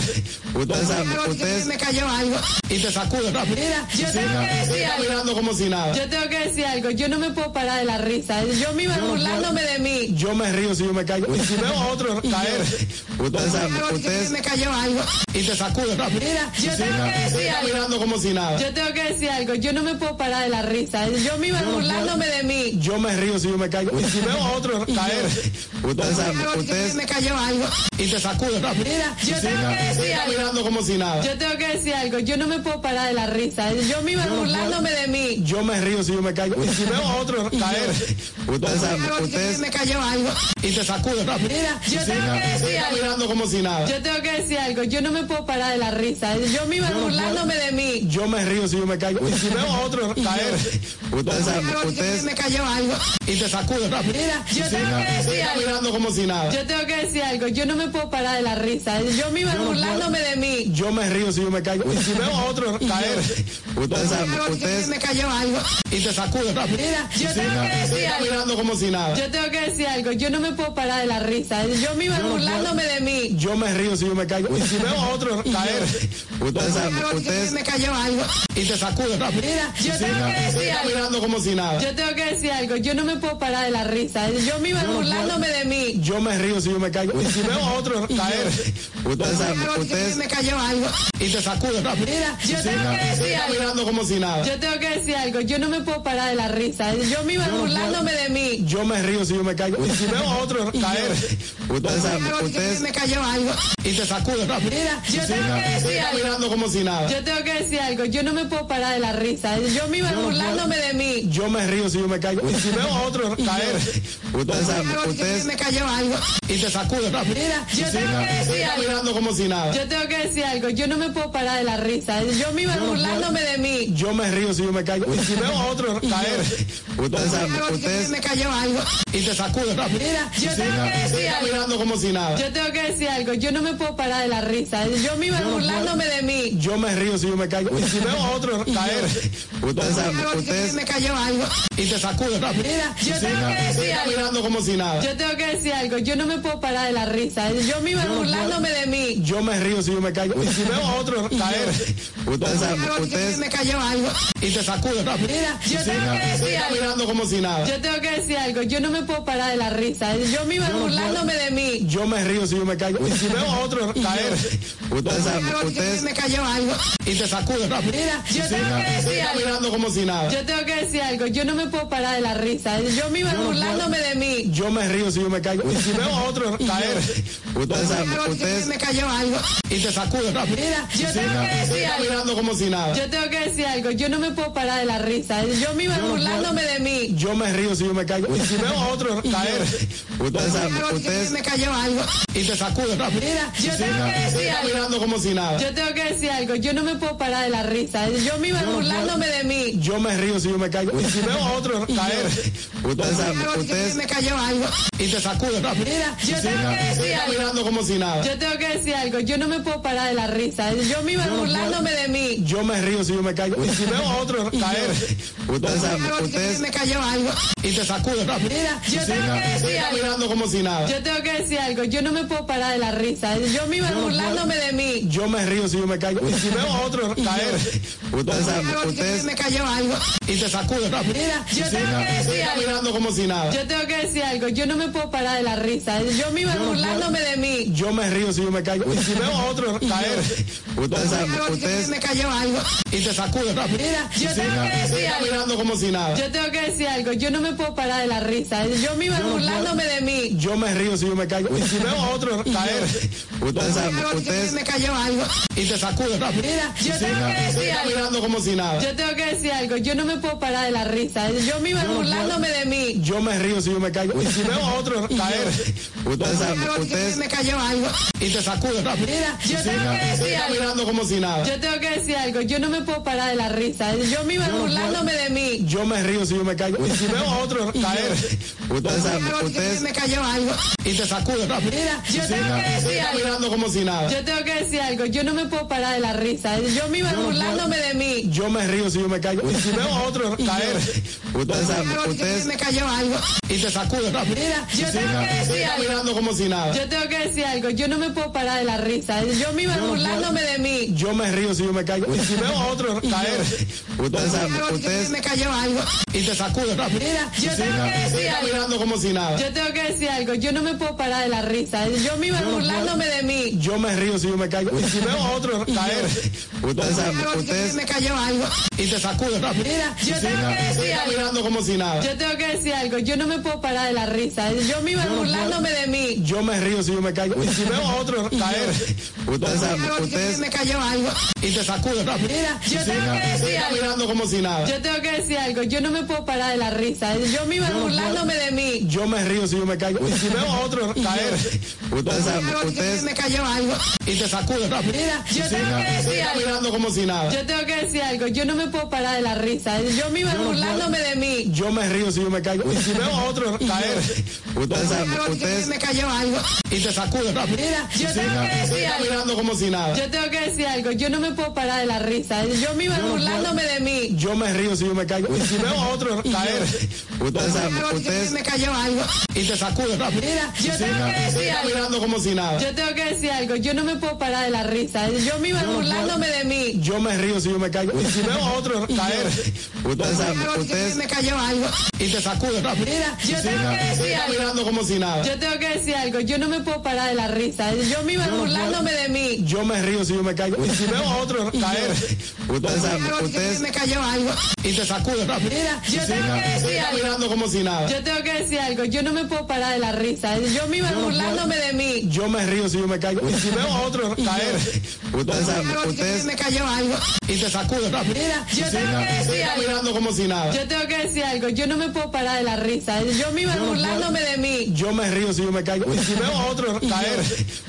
[SPEAKER 3] ustedes saben,
[SPEAKER 4] Algo, así que
[SPEAKER 3] ustedes-
[SPEAKER 4] me cayó algo.
[SPEAKER 1] y te sacude rápido.
[SPEAKER 2] Mira, yo tengo que decir algo,
[SPEAKER 1] Caminando como si nada.
[SPEAKER 2] yo tengo que decir algo, yo no me puedo parar de la risa, yo misma burlándome de mí.
[SPEAKER 1] Yo me río si yo me caigo. Y si veo a otro caer
[SPEAKER 3] ustedes saben,
[SPEAKER 4] Algo, así que
[SPEAKER 3] ustedes-
[SPEAKER 4] me cayó algo.
[SPEAKER 1] y te sacude rápido.
[SPEAKER 2] Mira, yo tengo que decir algo,
[SPEAKER 1] Caminando como si nada.
[SPEAKER 2] yo tengo que decir algo, yo no me puedo parar de la risa, yo misma burlándome de mí.
[SPEAKER 1] Yo me río si yo me caigo. Y si veo a otro caer
[SPEAKER 3] ustedes saben,
[SPEAKER 4] Algo, así que
[SPEAKER 3] ustedes-
[SPEAKER 4] me cayó algo.
[SPEAKER 1] y te sacude rápido.
[SPEAKER 2] Mira, yo tengo que decir algo,
[SPEAKER 1] Caminando como si nada.
[SPEAKER 2] yo tengo que decir algo, yo no me puedo parar de la risa, yo yo misma
[SPEAKER 1] Yo no
[SPEAKER 2] burlándome de mí.
[SPEAKER 1] Yo me río si yo me caigo. Y si veo a otro caer
[SPEAKER 3] Ustedes saben,
[SPEAKER 4] Algo, dije,
[SPEAKER 3] ustedes,
[SPEAKER 4] me cayó algo.
[SPEAKER 1] y se sacude rápido.
[SPEAKER 2] Mira, yo tengo que
[SPEAKER 1] Estoy
[SPEAKER 2] decir algo.
[SPEAKER 1] caminando como si nada.
[SPEAKER 2] Yo tengo que decir algo, yo no me puedo parar de la risa. Yo misma
[SPEAKER 1] no
[SPEAKER 2] burlándome de mí.
[SPEAKER 1] Yo me río si yo me caigo. Y si veo a otro caer
[SPEAKER 3] ustedes saben,
[SPEAKER 4] Algo, dije,
[SPEAKER 3] ustedes,
[SPEAKER 4] me cayó algo.
[SPEAKER 1] y se sacude rápido.
[SPEAKER 2] Mira, yo tengo que
[SPEAKER 1] Estoy
[SPEAKER 2] decir algo.
[SPEAKER 1] caminando como si nada.
[SPEAKER 2] Yo tengo que decir algo, yo no me puedo parar de la risa. Yo misma
[SPEAKER 1] no
[SPEAKER 2] burlándome de mí.
[SPEAKER 1] Yo me río si yo me caigo. Y si veo a otro caer
[SPEAKER 3] ustedes saben,
[SPEAKER 4] Algo, dije,
[SPEAKER 3] ustedes,
[SPEAKER 4] me cayó algo.
[SPEAKER 1] y se sacude rápido.
[SPEAKER 2] Mira, yo tengo que
[SPEAKER 1] Estoy
[SPEAKER 2] decir algo.
[SPEAKER 1] caminando como si nada.
[SPEAKER 2] Yo tengo que decir algo, yo no me puedo parar de la risa. Yo misma burlándome de mí.
[SPEAKER 1] Yo me río si yo me caigo. Y si veo a otro caer
[SPEAKER 3] ustedes saben,
[SPEAKER 4] Algo, dije,
[SPEAKER 3] ustedes,
[SPEAKER 4] me cayó algo.
[SPEAKER 1] y se sacude rápido.
[SPEAKER 2] Mira, yo tengo que
[SPEAKER 1] Estoy
[SPEAKER 2] decir algo.
[SPEAKER 1] caminando como si nada.
[SPEAKER 2] Yo tengo que decir algo, yo no me puedo parar de la risa. Yo misma burlándome de mí.
[SPEAKER 1] Yo me río si yo me caigo. Y si veo a otro caer
[SPEAKER 3] ustedes saben,
[SPEAKER 4] Algo, dije,
[SPEAKER 3] ustedes,
[SPEAKER 4] me cayó algo.
[SPEAKER 1] y se sacude rápido.
[SPEAKER 2] Mira, yo tengo que
[SPEAKER 1] Estoy
[SPEAKER 2] decir algo.
[SPEAKER 1] caminando como si nada.
[SPEAKER 2] Yo tengo que decir algo, yo no me puedo parar de la risa. Yo misma burlándome de mí.
[SPEAKER 1] Yo me río si yo me caigo. Y si veo a otro caer
[SPEAKER 3] ustedes saben,
[SPEAKER 4] Algo, dije,
[SPEAKER 3] ustedes,
[SPEAKER 4] me cayó algo.
[SPEAKER 1] y se sacude rápido.
[SPEAKER 2] Mira, yo tengo
[SPEAKER 1] Estoy
[SPEAKER 2] que decir algo.
[SPEAKER 1] caminando como si nada.
[SPEAKER 2] Yo tengo que decir algo, yo no me puedo parar de la risa. Yo misma burlándome de mí.
[SPEAKER 1] Yo me río si yo me caigo. Y si veo a otro caer
[SPEAKER 3] ustedes saben,
[SPEAKER 4] Algo, dije,
[SPEAKER 3] ustedes,
[SPEAKER 4] me cayó algo.
[SPEAKER 1] y se sacude rápido.
[SPEAKER 2] Mira, yo tengo que
[SPEAKER 1] Estoy
[SPEAKER 2] decir algo.
[SPEAKER 1] caminando como si nada.
[SPEAKER 2] Yo tengo que decir algo, yo no me puedo parar de la risa. Yo misma burlándome de mí.
[SPEAKER 1] Yo me río si yo me caigo. Y si veo a otro caer
[SPEAKER 3] ustedes saben,
[SPEAKER 4] Algo, dije,
[SPEAKER 3] ustedes,
[SPEAKER 4] me cayó algo.
[SPEAKER 1] y se sacude rápido.
[SPEAKER 2] Mira, yo tengo que
[SPEAKER 1] Estoy
[SPEAKER 2] decir algo.
[SPEAKER 1] caminando como si nada.
[SPEAKER 2] Yo tengo que decir algo, yo no me puedo parar de la risa. Yo misma burlándome de mí.
[SPEAKER 1] Yo me río si yo me caigo. Y si veo a otro caer
[SPEAKER 3] ustedes saben,
[SPEAKER 4] Algo, dije,
[SPEAKER 3] ustedes,
[SPEAKER 4] me cayó algo.
[SPEAKER 1] y se sacude rápido.
[SPEAKER 2] Mira, yo tengo que
[SPEAKER 1] Estoy
[SPEAKER 2] decir algo.
[SPEAKER 1] caminando como si nada.
[SPEAKER 2] Yo tengo que decir algo, yo no me puedo parar de la risa. Yo misma burlándome de mí.
[SPEAKER 1] Yo me río si yo me caigo. Y si veo a otro caer
[SPEAKER 3] ustedes saben,
[SPEAKER 4] Algo, dije,
[SPEAKER 3] ustedes,
[SPEAKER 4] me cayó algo.
[SPEAKER 1] y se sacude rápido.
[SPEAKER 2] Mira, yo tengo que
[SPEAKER 1] Estoy
[SPEAKER 2] decir algo.
[SPEAKER 1] caminando como si nada.
[SPEAKER 2] Yo tengo que decir algo, yo no me puedo parar de la risa. Yo misma burlándome de mí.
[SPEAKER 1] Yo me río si yo me caigo. Y si veo a otro caer
[SPEAKER 3] ustedes saben,
[SPEAKER 4] Algo, dije,
[SPEAKER 3] ustedes,
[SPEAKER 4] me cayó algo.
[SPEAKER 1] y se sacude rápido.
[SPEAKER 2] Mira, yo tengo que
[SPEAKER 1] Estoy
[SPEAKER 2] decir algo.
[SPEAKER 1] caminando como si nada.
[SPEAKER 2] Yo tengo que decir algo, yo no me puedo parar de la risa. Yo misma burlándome de mí.
[SPEAKER 1] Yo me río si yo me caigo. Y si veo a otro caer
[SPEAKER 3] ustedes saben,
[SPEAKER 4] Algo, dije,
[SPEAKER 3] ustedes,
[SPEAKER 4] me cayó algo.
[SPEAKER 1] y se sacude rápido.
[SPEAKER 2] Mira, yo tengo que
[SPEAKER 1] Estoy
[SPEAKER 2] decir algo.
[SPEAKER 1] caminando como si nada.
[SPEAKER 2] Yo tengo que decir algo, yo no me puedo parar de la risa. Yo misma burlándome de mí.
[SPEAKER 1] Yo me río si yo me caigo. Y si veo a otro caer
[SPEAKER 3] ustedes saben,
[SPEAKER 4] Algo, dije,
[SPEAKER 3] ustedes,
[SPEAKER 4] me cayó algo.
[SPEAKER 1] y se sacude rápido.
[SPEAKER 2] Mira, yo tengo que
[SPEAKER 1] Estoy
[SPEAKER 2] decir algo.
[SPEAKER 1] caminando como si nada.
[SPEAKER 2] Yo tengo que decir algo, yo no me puedo parar de la risa. Yo misma burlándome de mí.
[SPEAKER 1] Yo me río si yo me caigo. Y si veo a otro caer
[SPEAKER 3] ustedes saben,
[SPEAKER 4] Algo, dije,
[SPEAKER 3] ustedes,
[SPEAKER 4] me cayó algo.
[SPEAKER 1] y se sacude rápido.
[SPEAKER 2] Mira, yo tengo que decir algo.
[SPEAKER 1] Caminando como si nada.
[SPEAKER 2] Yo tengo que decir algo, yo no me puedo parar de la risa. Yo misma burlándome de mí.
[SPEAKER 1] Yo me río si yo me caigo. Y si veo a otro caer
[SPEAKER 3] ustedes saben,
[SPEAKER 4] Algo, dije,
[SPEAKER 3] ustedes,
[SPEAKER 4] me cayó algo.
[SPEAKER 1] y se sacude rápido.
[SPEAKER 2] Mira, yo tengo que decir algo.
[SPEAKER 1] Caminando como si nada.
[SPEAKER 2] Yo tengo que decir algo, yo no me puedo parar de la risa. Yo misma burlándome de mí.
[SPEAKER 1] Yo me río si yo me caigo. Y si veo a otro caer
[SPEAKER 3] ustedes saben,
[SPEAKER 4] Algo, dije,
[SPEAKER 3] ustedes,
[SPEAKER 4] me cayó algo.
[SPEAKER 1] y se sacude rápido.
[SPEAKER 2] Mira, yo tengo que decir algo.
[SPEAKER 1] Caminando como si nada.
[SPEAKER 2] Yo tengo que decir algo, yo no me puedo parar de la risa. Yo misma burlándome de mí.
[SPEAKER 1] Yo me río si yo me caigo. Y si veo a otro caer
[SPEAKER 3] ustedes saben,
[SPEAKER 4] Algo, dije,
[SPEAKER 3] ustedes,
[SPEAKER 4] me cayó algo.
[SPEAKER 1] y se sacude rápido.
[SPEAKER 2] Mira, yo tengo que decir algo.
[SPEAKER 1] Caminando como si nada.
[SPEAKER 2] Yo tengo que decir algo, yo no me puedo parar de la risa. Yo misma burlándome de mí.
[SPEAKER 1] Yo me río si yo me caigo. Y si veo a otro caer
[SPEAKER 3] ustedes saben,
[SPEAKER 4] Algo, dije,
[SPEAKER 3] ustedes,
[SPEAKER 4] me cayó algo.
[SPEAKER 1] y se sacude rápido.
[SPEAKER 2] Mira, yo tengo que decir algo.
[SPEAKER 1] Caminando como si nada.
[SPEAKER 2] Yo tengo que decir algo, yo no me puedo parar de la risa. Yo misma burlándome de mí.
[SPEAKER 1] Yo me río si yo me caigo. Y si veo a otro caer
[SPEAKER 3] ustedes saben,
[SPEAKER 4] Algo, dije,
[SPEAKER 3] ustedes,
[SPEAKER 4] me cayó algo.
[SPEAKER 1] y se sacude rápido.
[SPEAKER 2] Mira, yo tengo que decir algo.
[SPEAKER 1] Caminando como si nada.
[SPEAKER 2] Yo tengo que decir algo, yo no me puedo parar de la risa. Yo misma burlándome de mí.
[SPEAKER 1] Yo me río si yo me caigo. Y si veo a otro caer
[SPEAKER 3] ustedes saben,
[SPEAKER 4] Algo, dije,
[SPEAKER 3] ustedes,
[SPEAKER 4] me cayó algo.
[SPEAKER 1] y se sacude rápido.
[SPEAKER 2] Mira, yo tengo que decir algo.
[SPEAKER 1] Caminando como si nada.
[SPEAKER 2] Yo tengo que decir algo, yo no me puedo parar de la risa. Yo misma burlándome de mí.
[SPEAKER 1] Yo me río si yo me caigo. Y si veo a otro caer
[SPEAKER 3] ustedes saben,
[SPEAKER 4] Algo, dije,
[SPEAKER 3] ustedes,
[SPEAKER 4] me cayó algo.
[SPEAKER 1] y se sacude rápido.
[SPEAKER 2] Mira, yo tengo que decir algo.
[SPEAKER 1] Caminando como si nada.
[SPEAKER 2] Yo tengo que decir algo, yo no me puedo parar de la risa. Yo misma burlándome de mí.
[SPEAKER 1] Yo me río si yo me caigo. Y si veo a otro caer
[SPEAKER 3] ustedes saben,
[SPEAKER 4] Algo, dije,
[SPEAKER 3] ustedes,
[SPEAKER 4] me cayó algo.
[SPEAKER 1] y se sacude rápido.
[SPEAKER 2] Mira, yo tengo que decir algo.
[SPEAKER 1] Caminando como si nada.
[SPEAKER 2] Yo tengo que decir algo, yo no me puedo parar de la risa. Yo misma burlándome de mí.
[SPEAKER 1] Yo me río si yo me caigo. Y si veo a otro caer
[SPEAKER 3] ustedes saben,
[SPEAKER 4] Algo, dije,
[SPEAKER 3] ustedes,
[SPEAKER 4] me cayó algo.
[SPEAKER 1] y se sacude rápido.
[SPEAKER 2] Mira, yo tengo que decir algo.
[SPEAKER 1] Caminando como si nada.
[SPEAKER 2] Yo tengo que decir algo, yo no me puedo parar de la risa. Yo misma burlándome de mí.
[SPEAKER 1] Yo me río si yo me caigo. Y si veo a otro caer
[SPEAKER 3] ustedes saben,
[SPEAKER 4] Algo, dije,
[SPEAKER 3] ustedes,
[SPEAKER 4] me cayó algo.
[SPEAKER 1] y se sacude rápido.
[SPEAKER 2] Mira, yo
[SPEAKER 1] así.
[SPEAKER 2] tengo que
[SPEAKER 1] Estoy
[SPEAKER 2] decir algo.
[SPEAKER 1] caminando como si nada.
[SPEAKER 2] Yo tengo que decir algo, yo no me puedo parar de la risa. Yo misma
[SPEAKER 1] no
[SPEAKER 2] burlándome
[SPEAKER 1] puedo.
[SPEAKER 2] de mí.
[SPEAKER 1] Yo me río si yo me caigo. Y si veo a otro caer
[SPEAKER 3] Ustedes saben, ustedes,
[SPEAKER 4] me cayó algo.
[SPEAKER 1] y te sacude rápido.
[SPEAKER 2] Mira, yo tengo que
[SPEAKER 1] Estoy
[SPEAKER 2] decir algo.
[SPEAKER 1] caminando como si nada.
[SPEAKER 2] Yo tengo que decir algo, yo no me puedo parar de la risa. Yo misma
[SPEAKER 1] no puedo.
[SPEAKER 2] burlándome de mí.
[SPEAKER 1] Yo me río si yo me caigo. Y si veo a otro caer
[SPEAKER 3] ustedes saben, ustedes,
[SPEAKER 4] me cayó algo.
[SPEAKER 1] y te sacude rápido.
[SPEAKER 2] Mira, yo tengo que
[SPEAKER 1] Estoy
[SPEAKER 2] decir algo.
[SPEAKER 1] caminando como si nada.
[SPEAKER 2] Yo tengo que decir algo, yo no me puedo parar de la risa. Yo misma
[SPEAKER 1] no puedo.
[SPEAKER 2] burlándome de mí.
[SPEAKER 1] Yo me río si yo me caigo. Y si veo a otro caer
[SPEAKER 3] ustedes saben, ustedes,
[SPEAKER 4] me cayó algo.
[SPEAKER 1] y te sacude rápido.
[SPEAKER 2] Mira, yo tengo que
[SPEAKER 1] Estoy
[SPEAKER 2] decir algo.
[SPEAKER 1] caminando como si nada.
[SPEAKER 2] Yo tengo que decir algo, yo no me puedo parar de la risa. Yo misma
[SPEAKER 1] no puedo.
[SPEAKER 2] burlándome de mí.
[SPEAKER 1] Yo me río si yo me caigo. Y si veo a otro caer
[SPEAKER 3] ustedes saben, ustedes,
[SPEAKER 4] me cayó algo.
[SPEAKER 1] y te sacude rápido.
[SPEAKER 2] Mira, yo tengo que
[SPEAKER 1] Estoy
[SPEAKER 2] decir algo.
[SPEAKER 1] caminando como si nada.
[SPEAKER 2] Yo tengo que decir algo, yo no me puedo parar de la risa. Yo misma
[SPEAKER 1] no puedo.
[SPEAKER 2] burlándome de mí.
[SPEAKER 1] Yo me río si yo me caigo. Y si veo a otro caer
[SPEAKER 3] ustedes saben, ustedes,
[SPEAKER 4] me cayó algo.
[SPEAKER 1] y te sacude rápido.
[SPEAKER 2] Mira, yo tengo que
[SPEAKER 1] Estoy
[SPEAKER 2] decir algo.
[SPEAKER 1] caminando como si nada.
[SPEAKER 2] Yo tengo que decir algo, yo no me puedo parar de la risa. Yo misma
[SPEAKER 1] no puedo.
[SPEAKER 2] burlándome de mí.
[SPEAKER 1] Yo me río si yo me caigo. Y si veo a otro caer
[SPEAKER 3] ustedes saben, ustedes,
[SPEAKER 4] me cayó algo.
[SPEAKER 1] y te sacude rápido.
[SPEAKER 2] Mira, yo tengo que
[SPEAKER 1] Estoy
[SPEAKER 2] decir algo.
[SPEAKER 1] caminando como si nada.
[SPEAKER 2] Yo tengo que decir algo, yo no me puedo parar de la risa. Yo misma
[SPEAKER 1] no puedo.
[SPEAKER 2] burlándome de mí.
[SPEAKER 1] Yo me río si yo me caigo. Y si veo a otro caer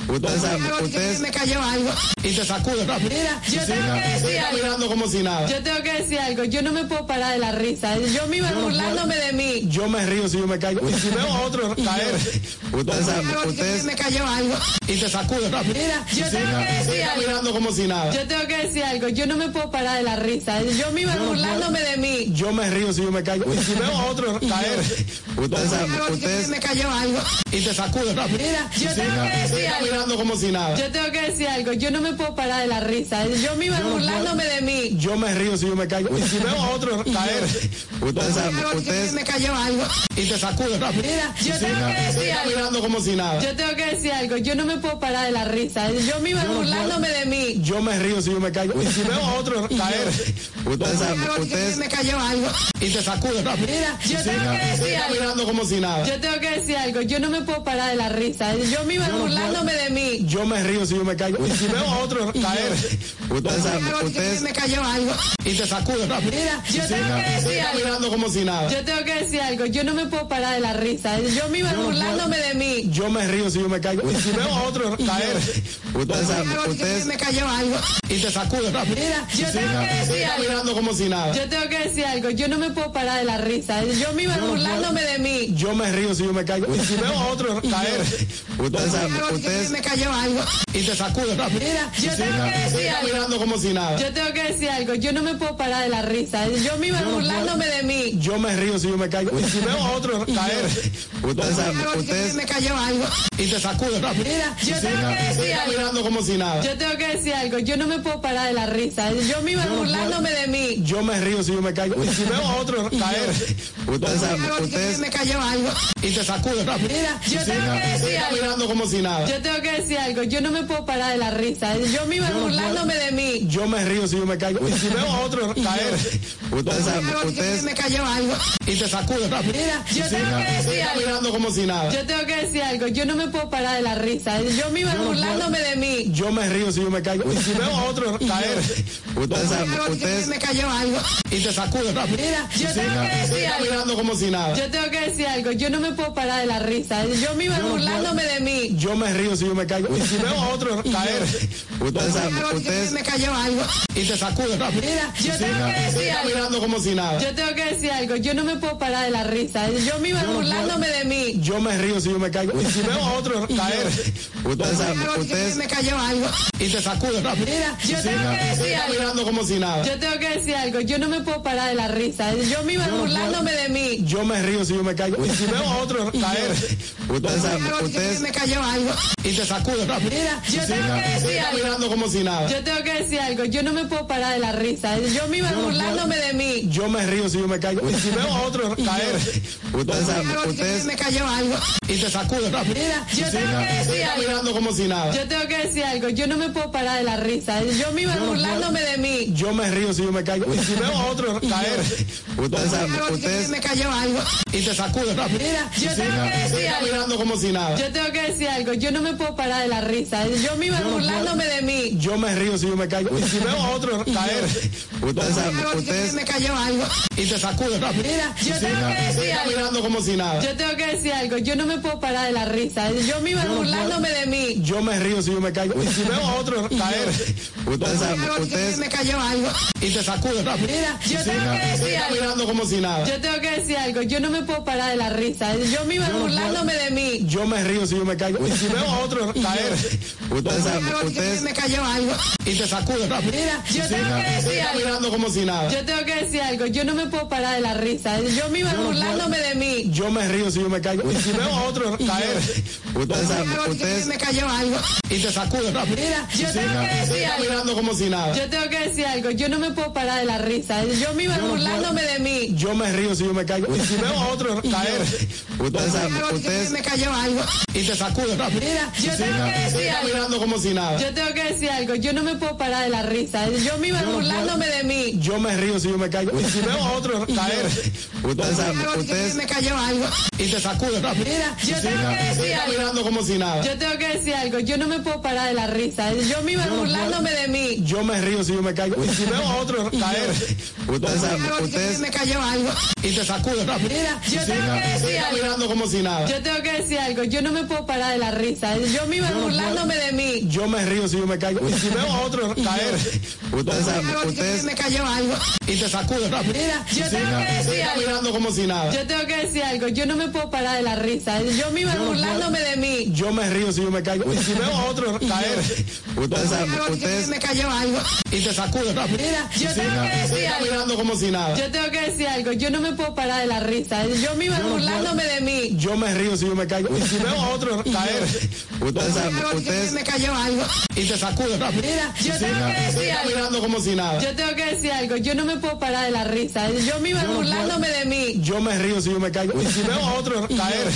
[SPEAKER 3] ustedes saben, ustedes,
[SPEAKER 4] me cayó algo.
[SPEAKER 1] y te sacude rápido.
[SPEAKER 2] Mira, yo tengo que
[SPEAKER 1] Estoy
[SPEAKER 2] decir algo.
[SPEAKER 1] caminando como si nada.
[SPEAKER 2] Yo tengo que decir algo, yo no me puedo parar de la risa. Yo misma
[SPEAKER 1] no puedo.
[SPEAKER 2] burlándome de mí.
[SPEAKER 1] Yo me río si yo me caigo. Y si veo a otro caer
[SPEAKER 3] ustedes saben, ustedes,
[SPEAKER 4] me cayó algo.
[SPEAKER 1] y te sacude rápido.
[SPEAKER 2] Mira, yo tengo que
[SPEAKER 1] Estoy
[SPEAKER 2] decir algo.
[SPEAKER 1] caminando como si nada.
[SPEAKER 2] Yo tengo que decir algo, yo no me puedo parar de la risa. Yo misma
[SPEAKER 1] no puedo.
[SPEAKER 2] burlándome de mí.
[SPEAKER 1] Yo me río si yo me caigo. Y si veo a otro caer
[SPEAKER 3] ustedes saben, ustedes,
[SPEAKER 4] me cayó algo.
[SPEAKER 1] y te sacude rápido.
[SPEAKER 2] Mira, yo tengo que
[SPEAKER 1] Estoy
[SPEAKER 2] decir algo.
[SPEAKER 1] caminando como si nada.
[SPEAKER 2] Yo tengo que decir algo, yo no me puedo parar de la risa. Yo misma burlándome de mí.
[SPEAKER 1] Yo me río si yo me caigo. Y si veo a otro caer
[SPEAKER 3] ustedes saben, ustedes,
[SPEAKER 4] me cayó algo.
[SPEAKER 1] y te sacude rápido.
[SPEAKER 2] Mira, yo tengo que
[SPEAKER 1] Estoy
[SPEAKER 2] decir algo.
[SPEAKER 1] caminando como si nada.
[SPEAKER 2] Yo tengo que decir algo, yo no me puedo parar de la risa. Yo misma burlándome de mí.
[SPEAKER 1] Yo me río si yo me caigo. Y si veo a otro caer
[SPEAKER 3] ustedes saben, ustedes,
[SPEAKER 4] me cayó algo.
[SPEAKER 1] y te sacude rápido.
[SPEAKER 2] Mira, yo tengo que
[SPEAKER 1] Estoy
[SPEAKER 2] decir algo.
[SPEAKER 1] caminando como si nada.
[SPEAKER 2] Yo tengo que decir algo, yo no me puedo parar de la risa. Yo misma burlándome de mí.
[SPEAKER 1] Yo me río si yo me caigo. Y si veo a otro caer
[SPEAKER 3] ustedes saben, ustedes,
[SPEAKER 4] me cayó algo.
[SPEAKER 1] y te sacude rápido.
[SPEAKER 2] Mira, yo tengo que
[SPEAKER 1] Estoy
[SPEAKER 2] decir algo.
[SPEAKER 1] caminando como si nada.
[SPEAKER 2] Yo tengo que decir algo, yo no me puedo parar de la risa. Yo misma burlándome de mí.
[SPEAKER 1] Yo me río si yo me caigo. Y si veo a otro caer
[SPEAKER 3] ustedes saben, ustedes,
[SPEAKER 4] me cayó algo.
[SPEAKER 1] y te sacude rápido.
[SPEAKER 2] Mira, yo tengo que
[SPEAKER 1] Estoy
[SPEAKER 2] decir algo.
[SPEAKER 1] caminando como si nada.
[SPEAKER 2] Yo tengo que decir algo, yo no me puedo parar de la risa. Yo misma burlándome de mí.
[SPEAKER 1] Yo me río si yo me caigo. Y si veo a otro caer
[SPEAKER 3] ustedes saben, ustedes,
[SPEAKER 4] me cayó algo.
[SPEAKER 1] y te sacude rápido.
[SPEAKER 2] Mira, yo tengo que
[SPEAKER 1] Estoy
[SPEAKER 2] decir algo.
[SPEAKER 1] caminando como si nada.
[SPEAKER 2] Yo tengo que decir algo, yo no me puedo parar de la risa. Yo misma burlándome de mí.
[SPEAKER 1] Yo me río eh, si yo me caigo. Y si veo a otro caer
[SPEAKER 3] ustedes saben, ustedes,
[SPEAKER 4] me cayó algo.
[SPEAKER 1] y te sacude rápido.
[SPEAKER 2] Mira, yo tengo que
[SPEAKER 1] Estoy
[SPEAKER 2] decir algo.
[SPEAKER 1] caminando como si nada.
[SPEAKER 2] Yo tengo que decir algo, yo no me puedo parar de la risa. Yo misma burlándome de mí.
[SPEAKER 1] Yo me río si yo me caigo. Y si veo a otro caer
[SPEAKER 3] ustedes saben, ustedes,
[SPEAKER 4] me cayó algo.
[SPEAKER 1] y te sacude rápido.
[SPEAKER 2] Mira, yo tengo que
[SPEAKER 1] Estoy
[SPEAKER 2] decir algo.
[SPEAKER 1] caminando como si nada.
[SPEAKER 2] Yo tengo que decir algo, yo no me puedo parar de la risa. Yo misma burlándome de mí.
[SPEAKER 1] Yo me río si yo me caigo. Y si veo a otro caer
[SPEAKER 3] ustedes saben, ustedes,
[SPEAKER 4] me cayó algo.
[SPEAKER 1] y te sacude rápido.
[SPEAKER 2] Mira, yo tengo que
[SPEAKER 1] Estoy
[SPEAKER 2] decir algo.
[SPEAKER 1] caminando como si nada.
[SPEAKER 2] Yo tengo que decir algo, yo no me puedo parar de la risa. Yo misma burlándome de mí.
[SPEAKER 1] Yo me río si yo me caigo. Y si veo a otro caer
[SPEAKER 3] ustedes saben, ustedes,
[SPEAKER 4] me cayó algo.
[SPEAKER 1] y te sacude rápido.
[SPEAKER 2] Mira, yo tengo que
[SPEAKER 1] Estoy
[SPEAKER 2] decir algo.
[SPEAKER 1] caminando como si nada.
[SPEAKER 2] Yo tengo que decir algo, yo no me puedo parar de la risa. Yo misma burlándome de mí.
[SPEAKER 1] Yo me río si yo me caigo. Y si veo a otro caer
[SPEAKER 3] ustedes saben, ustedes,
[SPEAKER 4] me cayó algo.
[SPEAKER 1] y te sacude rápido.
[SPEAKER 2] Mira, yo tengo que
[SPEAKER 1] Estoy
[SPEAKER 2] decir algo.
[SPEAKER 1] caminando como si nada.
[SPEAKER 2] Yo tengo que decir algo, yo no me puedo parar de la risa. Yo misma burlándome de mí.
[SPEAKER 1] Yo me río si yo me caigo. Y si veo a otro caer
[SPEAKER 3] ustedes saben, ustedes,
[SPEAKER 4] me cayó algo.
[SPEAKER 1] y te sacude rápido.
[SPEAKER 2] Mira, yo tengo que
[SPEAKER 1] Estoy
[SPEAKER 2] decir algo.
[SPEAKER 1] caminando como si nada.
[SPEAKER 2] Yo tengo que decir algo, yo no me puedo parar de la risa. Yo misma burlándome de mí.
[SPEAKER 1] Yo me río si yo me caigo. Y si veo a otro caer
[SPEAKER 3] ustedes saben, ustedes,
[SPEAKER 4] me cayó algo.
[SPEAKER 1] y te sacude rápido.
[SPEAKER 2] Mira, yo tengo que
[SPEAKER 1] Estoy
[SPEAKER 2] decir algo.
[SPEAKER 1] caminando como si nada.
[SPEAKER 2] Yo tengo que decir algo, yo no me puedo parar de la risa. Yo misma burlándome de mí.
[SPEAKER 1] Yo me río si yo me caigo. Y si veo a otro caer
[SPEAKER 3] ustedes saben, ustedes,
[SPEAKER 4] me cayó algo.
[SPEAKER 1] y te sacude rápido.
[SPEAKER 2] Mira, yo tengo que decir
[SPEAKER 1] Está mirando
[SPEAKER 2] algo.
[SPEAKER 1] como si nada.
[SPEAKER 2] Yo tengo que decir algo. Yo no me puedo parar de la risa. Yo misma
[SPEAKER 1] Yo no
[SPEAKER 2] burlándome
[SPEAKER 1] puedo.
[SPEAKER 2] de mí.
[SPEAKER 1] Yo me río si yo me caigo. Y si veo a otro caer
[SPEAKER 3] ustedes saben, ustedes,
[SPEAKER 4] me cayó algo.
[SPEAKER 1] y te sacude rápido.
[SPEAKER 2] Mira, yo tengo que decir
[SPEAKER 1] Está
[SPEAKER 2] algo.
[SPEAKER 1] mirando como si nada.
[SPEAKER 2] Yo tengo que decir algo. Yo no me puedo parar de la risa. Yo misma
[SPEAKER 1] no puedo.
[SPEAKER 2] burlándome de mí.
[SPEAKER 1] Yo me río si yo me caigo. Y si veo a otro caer
[SPEAKER 3] ustedes saben, ustedes,
[SPEAKER 4] me cayó algo.
[SPEAKER 1] y te sacude rápido.
[SPEAKER 2] Mira, yo tengo que decir
[SPEAKER 1] Está
[SPEAKER 2] algo.
[SPEAKER 1] mirando como si nada.
[SPEAKER 2] Yo tengo que decir algo. Yo no me puedo parar de la risa. Yo misma
[SPEAKER 1] no puedo.
[SPEAKER 2] burlándome de mí.
[SPEAKER 1] Yo me río si yo me caigo. Y si veo a otro caer
[SPEAKER 3] ustedes saben, ustedes,
[SPEAKER 4] me cayó algo.
[SPEAKER 1] y te sacude rápido.
[SPEAKER 2] Mira, yo tengo que decir
[SPEAKER 1] Está
[SPEAKER 2] algo.
[SPEAKER 1] mirando como si nada.
[SPEAKER 2] Yo tengo que decir algo. Yo no me puedo parar de la risa. Yo misma
[SPEAKER 1] no puedo.
[SPEAKER 2] burlándome de mí.
[SPEAKER 1] Yo me río si yo me caigo. Y si veo a otro caer
[SPEAKER 3] ustedes saben, ustedes,
[SPEAKER 4] me cayó algo.
[SPEAKER 1] y te sacude rápido.
[SPEAKER 2] Mira, yo tengo que decir
[SPEAKER 1] Está
[SPEAKER 2] algo.
[SPEAKER 1] mirando como si nada.
[SPEAKER 2] Yo tengo que decir algo. Yo no me puedo parar de la risa. Yo misma
[SPEAKER 1] no puedo.
[SPEAKER 2] burlándome de mí.
[SPEAKER 1] Yo me río si yo me caigo. Y si veo a otro caer
[SPEAKER 3] ustedes saben, ustedes,
[SPEAKER 4] me cayó algo.
[SPEAKER 1] y te sacude rápido.
[SPEAKER 2] Mira, yo tengo que decir
[SPEAKER 1] Está
[SPEAKER 2] algo.
[SPEAKER 1] mirando como si nada.
[SPEAKER 2] Yo tengo que decir algo. Yo no me puedo parar de la risa. Yo misma
[SPEAKER 1] no puedo.
[SPEAKER 2] burlándome de mí.
[SPEAKER 1] Yo me río si yo me caigo. Y si veo a otro caer
[SPEAKER 3] ustedes saben, ustedes,
[SPEAKER 4] me cayó algo.
[SPEAKER 1] y te sacude rápido.
[SPEAKER 2] Mira, yo tengo que decir
[SPEAKER 1] Está
[SPEAKER 2] algo.
[SPEAKER 1] mirando como si nada.
[SPEAKER 2] Yo tengo que decir algo, yo no me puedo parar de la risa, yo misma
[SPEAKER 1] no
[SPEAKER 2] burlándome de mí.
[SPEAKER 1] Yo me río si yo me caigo. Y si veo a otro caer
[SPEAKER 3] ustedes saben, ustedes,
[SPEAKER 4] me cayó algo.
[SPEAKER 1] y te sacude rápido.
[SPEAKER 2] Mira, yo tengo que decir
[SPEAKER 1] Está
[SPEAKER 2] algo,
[SPEAKER 1] mirando como si nada.
[SPEAKER 2] yo tengo que decir algo, yo no me puedo parar de la risa, yo misma
[SPEAKER 1] no puedo.
[SPEAKER 2] burlándome de mí.
[SPEAKER 1] Yo me río si yo me caigo. Y si veo a otro caer
[SPEAKER 3] ustedes saben, ustedes,
[SPEAKER 4] me cayó algo.
[SPEAKER 1] y te sacude rápido.
[SPEAKER 2] Mira, yo tengo que decir
[SPEAKER 1] Está
[SPEAKER 2] algo,
[SPEAKER 1] mirando como si nada.
[SPEAKER 2] yo tengo que decir algo, yo no me puedo parar de la risa, yo misma burlándome de mí.
[SPEAKER 1] Yo me río si yo me caigo. Y si veo a otro caer
[SPEAKER 3] ustedes saben, ustedes,
[SPEAKER 4] me cayó algo.
[SPEAKER 1] y te sacude rápido.
[SPEAKER 2] Mira, yo tengo que decir
[SPEAKER 1] Está
[SPEAKER 2] algo,
[SPEAKER 1] mirando como si nada.
[SPEAKER 2] yo tengo que decir algo, yo no me puedo parar de la risa, yo misma burlándome de mí.
[SPEAKER 1] Yo me río si yo me caigo. Y si veo a otro caer
[SPEAKER 3] ustedes saben, ustedes,
[SPEAKER 4] me cayó algo.
[SPEAKER 1] y te sacude rápido.
[SPEAKER 2] Mira, yo tengo que decir
[SPEAKER 1] Está
[SPEAKER 2] algo.
[SPEAKER 1] mirando como si nada.
[SPEAKER 2] Yo tengo que decir algo, yo no me puedo parar de la risa, yo misma burlándome de mí.
[SPEAKER 1] Yo me río si yo me caigo. Y si veo a otro caer
[SPEAKER 3] ustedes saben, ustedes,
[SPEAKER 4] me cayó algo.
[SPEAKER 1] y te sacude rápido.
[SPEAKER 2] Mira, yo tengo que decir
[SPEAKER 1] Está
[SPEAKER 2] algo,
[SPEAKER 1] mirando como si nada.
[SPEAKER 2] yo tengo que decir algo, yo no me puedo parar de la risa, yo misma burlándome de mí.
[SPEAKER 1] Yo me río si yo me caigo. Y si veo a otro caer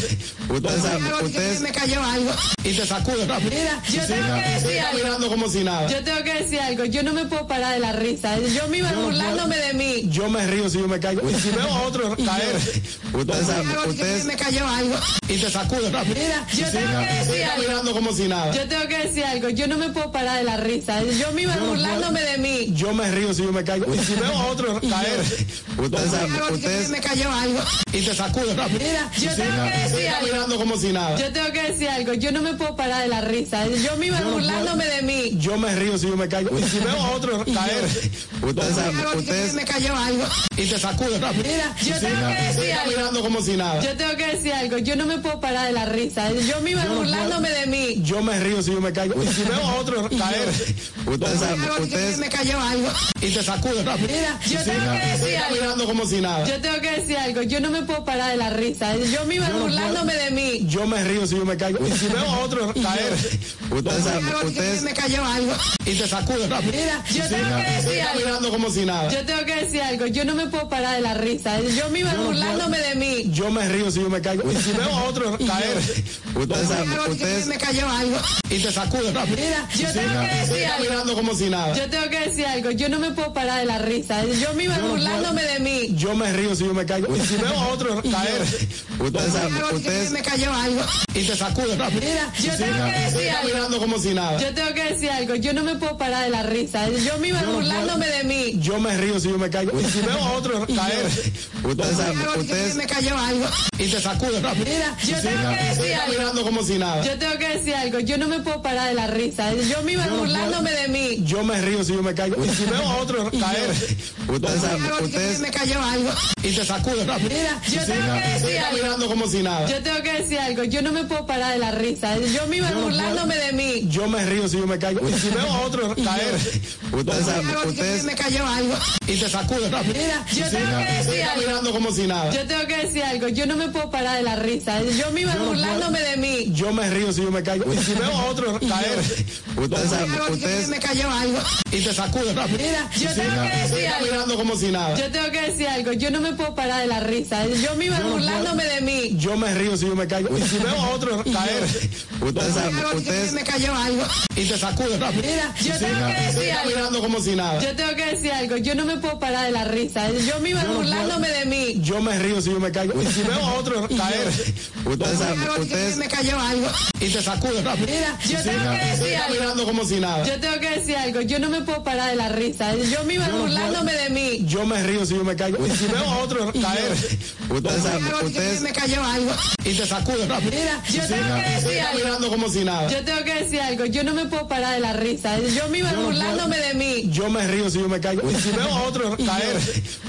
[SPEAKER 3] ustedes saben, ustedes,
[SPEAKER 4] me cayó algo.
[SPEAKER 1] y te sacude rápido.
[SPEAKER 2] Mira, yo tengo que decir
[SPEAKER 1] Está
[SPEAKER 2] algo,
[SPEAKER 1] mirando como si nada.
[SPEAKER 2] yo tengo que decir algo, yo no me puedo parar de la risa, yo misma burlándome de mí.
[SPEAKER 1] Yo me río si yo me caigo. Y si veo a otro caer
[SPEAKER 3] ustedes saben, ustedes,
[SPEAKER 4] me cayó algo.
[SPEAKER 1] y te sacude rápido.
[SPEAKER 2] Mira, yo tengo que decir
[SPEAKER 1] Está
[SPEAKER 2] algo,
[SPEAKER 1] mirando como si nada.
[SPEAKER 2] yo tengo que decir algo, yo no me puedo parar de la risa, yo misma burlándome de mí.
[SPEAKER 1] Yo me río si yo me caigo. Y si veo a otro caer
[SPEAKER 3] ustedes saben, ustedes,
[SPEAKER 4] me cayó algo.
[SPEAKER 1] y te sacude rápido.
[SPEAKER 2] Mira, yo tengo que decir
[SPEAKER 1] Está
[SPEAKER 2] algo.
[SPEAKER 1] mirando como si nada.
[SPEAKER 2] Yo tengo que decir algo, yo no me puedo parar de la risa, yo misma burlándome de mí.
[SPEAKER 1] Yo me río si yo me caigo. Y si veo a otro caer
[SPEAKER 3] ustedes saben, ustedes,
[SPEAKER 4] me cayó algo.
[SPEAKER 1] y te sacude rápido.
[SPEAKER 2] Mira, yo tengo que decir
[SPEAKER 1] Está
[SPEAKER 2] algo,
[SPEAKER 1] mirando como si nada.
[SPEAKER 2] yo tengo que decir algo, yo no me puedo parar de la risa, yo misma burlándome de mí.
[SPEAKER 1] Yo me río si yo me caigo. Y si veo a otro caer
[SPEAKER 3] ustedes saben, ustedes,
[SPEAKER 4] me cayó algo.
[SPEAKER 1] y te sacude rápido.
[SPEAKER 2] Mira, yo tengo que decir
[SPEAKER 1] Está
[SPEAKER 2] algo,
[SPEAKER 1] mirando como si nada.
[SPEAKER 2] yo tengo que decir algo, yo no me puedo parar de la risa, yo misma burlándome de mí.
[SPEAKER 1] Yo me río si yo me caigo. Y si veo a otro caer
[SPEAKER 3] ustedes saben, ustedes,
[SPEAKER 4] me cayó algo.
[SPEAKER 1] y te sacude rápido.
[SPEAKER 2] Mira, yo tengo que decir
[SPEAKER 1] Está
[SPEAKER 2] algo,
[SPEAKER 1] mirando como si nada.
[SPEAKER 2] yo tengo que decir algo, yo no me puedo parar de la risa, yo misma burlándome de mí.
[SPEAKER 1] Yo me río si yo me caigo. Y si veo a otro caer
[SPEAKER 3] ustedes saben, ustedes,
[SPEAKER 4] me cayó algo.
[SPEAKER 1] y te sacude rápido.
[SPEAKER 2] Mira, yo tengo que decir
[SPEAKER 1] Está
[SPEAKER 2] algo.
[SPEAKER 1] mirando como si nada.
[SPEAKER 2] Yo tengo que decir algo, yo no me puedo parar de la risa, yo misma burlándome de mí.
[SPEAKER 1] Yo me río si yo me caigo. Y si veo a otro caer
[SPEAKER 3] ustedes saben, ustedes,
[SPEAKER 4] me cayó algo.
[SPEAKER 1] y te sacude rápido.
[SPEAKER 2] Mira, yo tengo que decir
[SPEAKER 1] Está
[SPEAKER 2] algo,
[SPEAKER 1] mirando como si nada.
[SPEAKER 2] yo tengo que decir algo, yo no me puedo parar de la risa, yo misma burlándome de mí.
[SPEAKER 1] Yo me río si yo me caigo. Y si veo a otro caer
[SPEAKER 3] ustedes saben, ustedes,
[SPEAKER 4] me cayó algo.
[SPEAKER 1] y te sacude rápido.
[SPEAKER 2] Mira, yo tengo que decir
[SPEAKER 1] Está
[SPEAKER 2] algo,
[SPEAKER 1] mirando como si nada.
[SPEAKER 2] yo tengo que decir algo, yo no me puedo parar de la risa, yo misma burlándome de mí.
[SPEAKER 1] Yo me río si yo me caigo. Y si veo a otro caer
[SPEAKER 3] ustedes saben, ustedes,
[SPEAKER 4] me cayó algo.
[SPEAKER 1] y te sacude rápido.
[SPEAKER 2] Mira, yo tengo que decir
[SPEAKER 1] Está
[SPEAKER 2] algo,
[SPEAKER 1] mirando como si nada.
[SPEAKER 2] yo tengo que decir algo, yo no me puedo parar de la risa, yo misma burlándome de mí.
[SPEAKER 1] Yo me río si yo me caigo. Y si veo a otro caer
[SPEAKER 3] ustedes saben, ustedes,
[SPEAKER 4] me cayó algo.
[SPEAKER 1] y te sacude rápido.
[SPEAKER 2] Mira, yo tengo que decir
[SPEAKER 1] Está
[SPEAKER 2] algo.
[SPEAKER 1] mirando hablando como si nada.
[SPEAKER 2] Yo tengo que decir algo, yo no me puedo parar de la risa. Yo misma
[SPEAKER 1] Yo no
[SPEAKER 2] burlándome
[SPEAKER 1] puedo.
[SPEAKER 2] de mí.
[SPEAKER 1] Yo me río si yo me caigo. Y si veo a otro caer
[SPEAKER 3] Ustedes saben, ustedes,
[SPEAKER 4] me cayó algo.
[SPEAKER 1] y te sacude rápido.
[SPEAKER 2] Mira, yo tengo que
[SPEAKER 1] Y sigue
[SPEAKER 2] decir
[SPEAKER 1] caminando
[SPEAKER 2] algo.
[SPEAKER 1] como si nada.
[SPEAKER 2] Yo tengo que decir algo, yo no me puedo parar de la risa. Yo misma
[SPEAKER 1] Yo no
[SPEAKER 2] burlándome
[SPEAKER 1] puedo.
[SPEAKER 2] de mí.
[SPEAKER 1] Yo me río si yo me caigo. Y si veo a otro caer
[SPEAKER 3] ustedes saben, ustedes,
[SPEAKER 4] me cayó algo.
[SPEAKER 1] y te sacude rápido.
[SPEAKER 2] Mira, yo tengo que
[SPEAKER 1] Y sigue
[SPEAKER 2] decir algo.
[SPEAKER 1] caminando como si nada.
[SPEAKER 2] Yo tengo que decir algo, yo no me puedo parar de la risa. Yo misma
[SPEAKER 1] no puedo.
[SPEAKER 2] burlándome de mí.
[SPEAKER 1] Yo me río si yo me caigo. Y si veo a otro caer
[SPEAKER 3] ustedes saben, ustedes,
[SPEAKER 4] me cayó algo.
[SPEAKER 1] y te sacude rápido.
[SPEAKER 2] Mira, yo tengo que
[SPEAKER 1] Y sigue
[SPEAKER 2] decir algo.
[SPEAKER 1] caminando como si nada.
[SPEAKER 2] Yo tengo que decir algo, yo no me puedo parar de la risa. Yo misma
[SPEAKER 1] no puedo.
[SPEAKER 2] burlándome de mí.
[SPEAKER 1] Yo me río si yo me caigo. Y si veo a otro caer
[SPEAKER 3] ustedes saben, ustedes,
[SPEAKER 4] me cayó algo.
[SPEAKER 1] y te sacude rápido.
[SPEAKER 2] Mira, yo tengo
[SPEAKER 1] Y
[SPEAKER 2] que
[SPEAKER 1] sigue
[SPEAKER 2] decir algo.
[SPEAKER 1] caminando como si nada.
[SPEAKER 2] Yo tengo que decir algo, yo no me puedo parar de la risa. Yo misma
[SPEAKER 1] Yo no
[SPEAKER 2] burlándome de mí.
[SPEAKER 1] Yo me río si yo me caigo. Y si veo a otro caer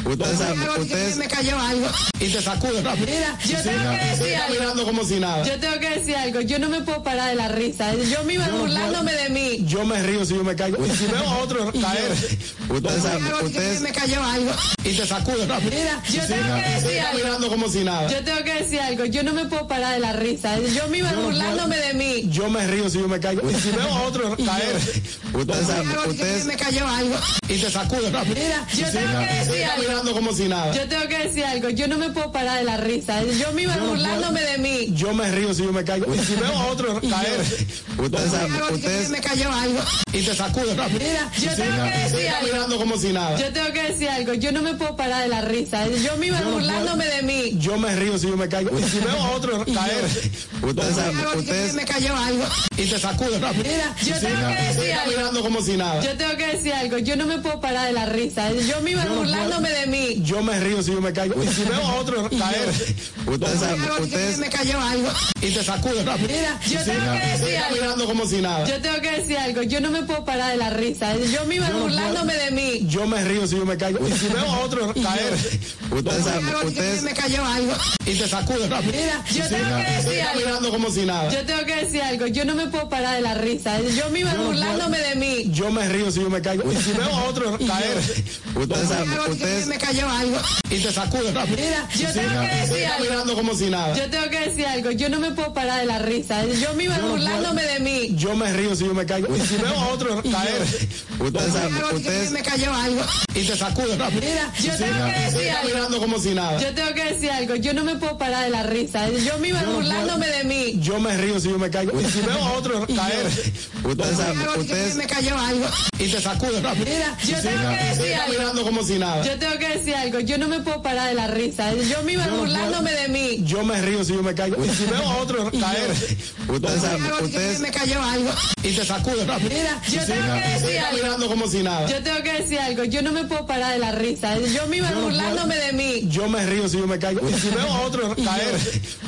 [SPEAKER 3] ustedes saben, ustedes,
[SPEAKER 4] me cayó algo.
[SPEAKER 1] y te sacude rápido.
[SPEAKER 2] Mira, yo tengo
[SPEAKER 1] Sigue
[SPEAKER 2] que decir algo.
[SPEAKER 1] caminando como si nada.
[SPEAKER 2] Yo tengo que decir algo, yo no me puedo parar de la risa. Yo misma
[SPEAKER 1] no puedo.
[SPEAKER 2] burlándome de mí.
[SPEAKER 1] Yo me río si yo me caigo. Y si veo a otro caer
[SPEAKER 3] ustedes saben, ustedes,
[SPEAKER 4] me cayó algo.
[SPEAKER 1] y te sacude rápido.
[SPEAKER 2] Mira, yo tengo que
[SPEAKER 1] Sigue
[SPEAKER 2] decir algo.
[SPEAKER 1] caminando como si nada.
[SPEAKER 2] Yo tengo que decir algo, yo no me puedo parar de la risa. Yo misma
[SPEAKER 1] no puedo.
[SPEAKER 2] burlándome de mí.
[SPEAKER 1] Yo me río si yo me caigo. Y si veo a otro caer
[SPEAKER 3] ustedes saben, ustedes,
[SPEAKER 4] me cayó algo.
[SPEAKER 1] y te sacude rápido.
[SPEAKER 2] Mira, yo tengo
[SPEAKER 1] Sigue
[SPEAKER 2] que decir algo.
[SPEAKER 1] caminando como si nada.
[SPEAKER 2] Yo tengo que decir algo, yo no me puedo parar de la risa. Yo misma
[SPEAKER 1] no puedo.
[SPEAKER 2] burlándome de mí.
[SPEAKER 1] Yo me río si yo me caigo. Y si veo a otro caer
[SPEAKER 3] ustedes saben, ustedes,
[SPEAKER 4] me cayó algo.
[SPEAKER 1] y te sacude rápido.
[SPEAKER 2] Mira, yo tengo que
[SPEAKER 1] Sigue
[SPEAKER 2] decir algo.
[SPEAKER 1] caminando como si nada.
[SPEAKER 2] Yo tengo que decir algo, yo no me puedo parar de la risa. Yo misma
[SPEAKER 1] no puedo.
[SPEAKER 2] burlándome de mí.
[SPEAKER 1] Yo me río si yo me caigo. Y si veo a otro caer
[SPEAKER 3] ustedes saben, ustedes,
[SPEAKER 4] me cayó algo.
[SPEAKER 1] y te sacude rápido.
[SPEAKER 2] Mira, yo tengo que
[SPEAKER 1] Sigue
[SPEAKER 2] decir algo.
[SPEAKER 1] caminando como si nada.
[SPEAKER 2] Yo tengo que decir algo, yo no me puedo parar de la risa. Yo misma
[SPEAKER 1] no puedo.
[SPEAKER 2] burlándome de mí.
[SPEAKER 1] Yo me río si yo me caigo. Y si veo a otro caer
[SPEAKER 3] ustedes saben, ustedes,
[SPEAKER 4] me cayó algo.
[SPEAKER 1] y te sacude rápido.
[SPEAKER 2] Mira, yo tengo que decir
[SPEAKER 1] Sigue
[SPEAKER 2] algo.
[SPEAKER 1] caminando como si nada.
[SPEAKER 2] Yo tengo que decir algo, yo no me puedo parar de la risa. Yo misma
[SPEAKER 1] no puedo.
[SPEAKER 2] burlándome de mí.
[SPEAKER 1] Yo me río si yo me caigo. Y si veo a otro caer
[SPEAKER 3] ustedes saben, ustedes,
[SPEAKER 4] me cayó algo.
[SPEAKER 1] y te sacude rápido.
[SPEAKER 2] Mira, yo tengo que decir
[SPEAKER 1] Sigue
[SPEAKER 2] algo.
[SPEAKER 1] caminando como si nada.
[SPEAKER 2] Yo tengo que decir algo, yo no me puedo parar de la risa. Yo misma
[SPEAKER 1] puedo.
[SPEAKER 2] burlándome de mí.
[SPEAKER 1] Yo me río si yo me caigo. Y si veo a otro caer
[SPEAKER 3] ustedes saben, ustedes,
[SPEAKER 4] me cayó algo.
[SPEAKER 1] y te sacude rápido.
[SPEAKER 2] Mira, yo tengo que decir
[SPEAKER 1] Sigue
[SPEAKER 2] algo.
[SPEAKER 1] caminando como si nada.
[SPEAKER 2] Yo tengo que decir algo, yo no me puedo parar de la risa. Yo misma
[SPEAKER 1] puedo.
[SPEAKER 2] burlándome de mí.
[SPEAKER 1] Yo me río si yo me caigo. Y si veo a otro caer
[SPEAKER 3] ustedes saben, ustedes,
[SPEAKER 4] me cayó algo.
[SPEAKER 1] y te sacude rápido.
[SPEAKER 2] Mira, yo tengo que decir
[SPEAKER 1] Sigue
[SPEAKER 2] algo.
[SPEAKER 1] caminando como si nada.
[SPEAKER 2] Yo tengo que decir algo, yo no me puedo parar de la risa. Yo misma burlándome de mí.
[SPEAKER 1] Yo me río si yo me caigo. Y si veo a otro caer
[SPEAKER 3] ustedes saben, ustedes,
[SPEAKER 4] me cayó algo.
[SPEAKER 1] y te sacude rápido.
[SPEAKER 2] Mira, yo tengo
[SPEAKER 1] Sigue
[SPEAKER 2] que decir algo.
[SPEAKER 1] caminando como si nada.
[SPEAKER 2] Yo tengo que decir algo, yo no me puedo parar de la risa. Yo misma burlándome de mí.
[SPEAKER 1] Yo me río si yo me caigo. Y si veo a otro caer
[SPEAKER 3] ustedes saben, ustedes,
[SPEAKER 4] me cayó algo.
[SPEAKER 1] y te sacude rápido.
[SPEAKER 2] Mira, yo tengo que decir
[SPEAKER 1] Sigue
[SPEAKER 2] algo.
[SPEAKER 1] caminando como si nada.
[SPEAKER 2] Yo tengo que decir algo, yo no me puedo parar de la risa. Yo misma burlándome de mí.
[SPEAKER 1] Yo me río si yo me caigo. Y si veo a otro caer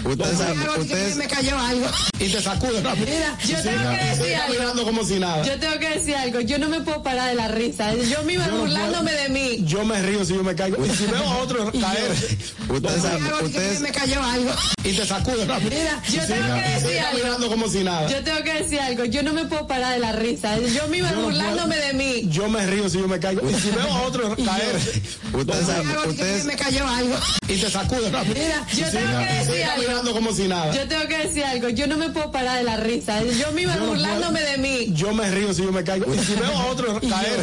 [SPEAKER 3] ustedes saben, ustedes,
[SPEAKER 4] me cayó algo.
[SPEAKER 1] y te sacude rápido.
[SPEAKER 2] Mira, yo tengo que decir
[SPEAKER 1] Sigue
[SPEAKER 2] algo.
[SPEAKER 1] caminando como si nada.
[SPEAKER 2] Yo tengo que decir algo, yo no me puedo parar de la risa. Yo misma burlándome de mí.
[SPEAKER 1] Yo me río eh, si yo me caigo. Y si veo a otro caer
[SPEAKER 3] ustedes saben, ustedes,
[SPEAKER 4] me cayó algo.
[SPEAKER 1] y te sacude rápido.
[SPEAKER 2] Mira, yo tengo que decir
[SPEAKER 1] Sigue
[SPEAKER 2] algo.
[SPEAKER 1] caminando como si nada.
[SPEAKER 2] Yo tengo que decir algo, yo no me puedo parar de la risa. Yo misma burlándome de mí.
[SPEAKER 1] Yo me río eh, si yo me caigo. Y si veo a otro caer
[SPEAKER 3] ustedes saben, ustedes,
[SPEAKER 4] me cayó algo.
[SPEAKER 1] y te sacude rápido.
[SPEAKER 2] Mira, yo tengo que decir
[SPEAKER 1] Sigue
[SPEAKER 2] algo.
[SPEAKER 1] caminando como si nada.
[SPEAKER 2] Yo tengo que decir algo, yo no me puedo parar de la risa. Yo misma burlándome de mí.
[SPEAKER 1] Yo me río eh, si yo me caigo. Y si veo a otro caer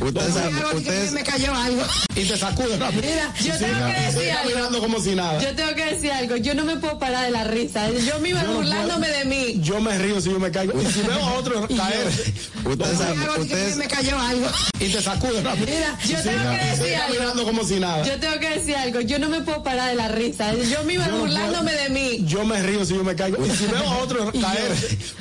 [SPEAKER 3] ustedes saben, ustedes,
[SPEAKER 4] me cayó algo.
[SPEAKER 1] y te sacude rápido.
[SPEAKER 2] Mira, yo tengo que decir
[SPEAKER 1] Sigue
[SPEAKER 2] algo.
[SPEAKER 1] caminando como si nada.
[SPEAKER 2] Yo tengo que decir algo, yo no me puedo parar de la risa. Yo misma burlándome de mí.
[SPEAKER 1] Yo me río eh, si yo me caigo. Y si veo a otro caer
[SPEAKER 3] ustedes saben, ustedes,
[SPEAKER 4] me cayó algo.
[SPEAKER 1] y te sacude rápido.
[SPEAKER 2] Mira, yo tengo que decir
[SPEAKER 1] Sigue
[SPEAKER 2] algo.
[SPEAKER 1] caminando como si nada.
[SPEAKER 2] Yo tengo que decir algo, yo no me puedo parar de la risa. Yo misma burlándome de mí.
[SPEAKER 1] Yo me río eh, si yo me caigo. Y si veo a otro caer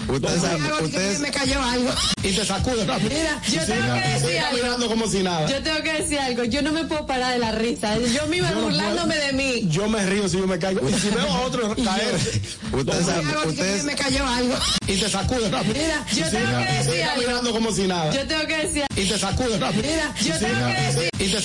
[SPEAKER 3] ustedes saben, ustedes,
[SPEAKER 4] me cayó algo.
[SPEAKER 1] y te sacude rápido.
[SPEAKER 2] Mira, yo tengo que decir
[SPEAKER 1] Sigue
[SPEAKER 2] algo.
[SPEAKER 1] caminando como si nada.
[SPEAKER 2] Yo tengo que decir algo, yo no me puedo parar de la risa. Yo misma burlándome de mí.
[SPEAKER 1] Yo me río si yo me caigo. Y si veo a otro caer
[SPEAKER 3] ustedes saben, ustedes,
[SPEAKER 4] me cayó algo.
[SPEAKER 1] y te sacude rápido.
[SPEAKER 2] Mira, yo tengo que decir
[SPEAKER 1] Sigue
[SPEAKER 2] algo.
[SPEAKER 1] caminando como si nada.
[SPEAKER 2] Yo tengo que decir algo.
[SPEAKER 1] Y te sacude rápido.
[SPEAKER 2] Mira, yo tengo que decir
[SPEAKER 1] Y te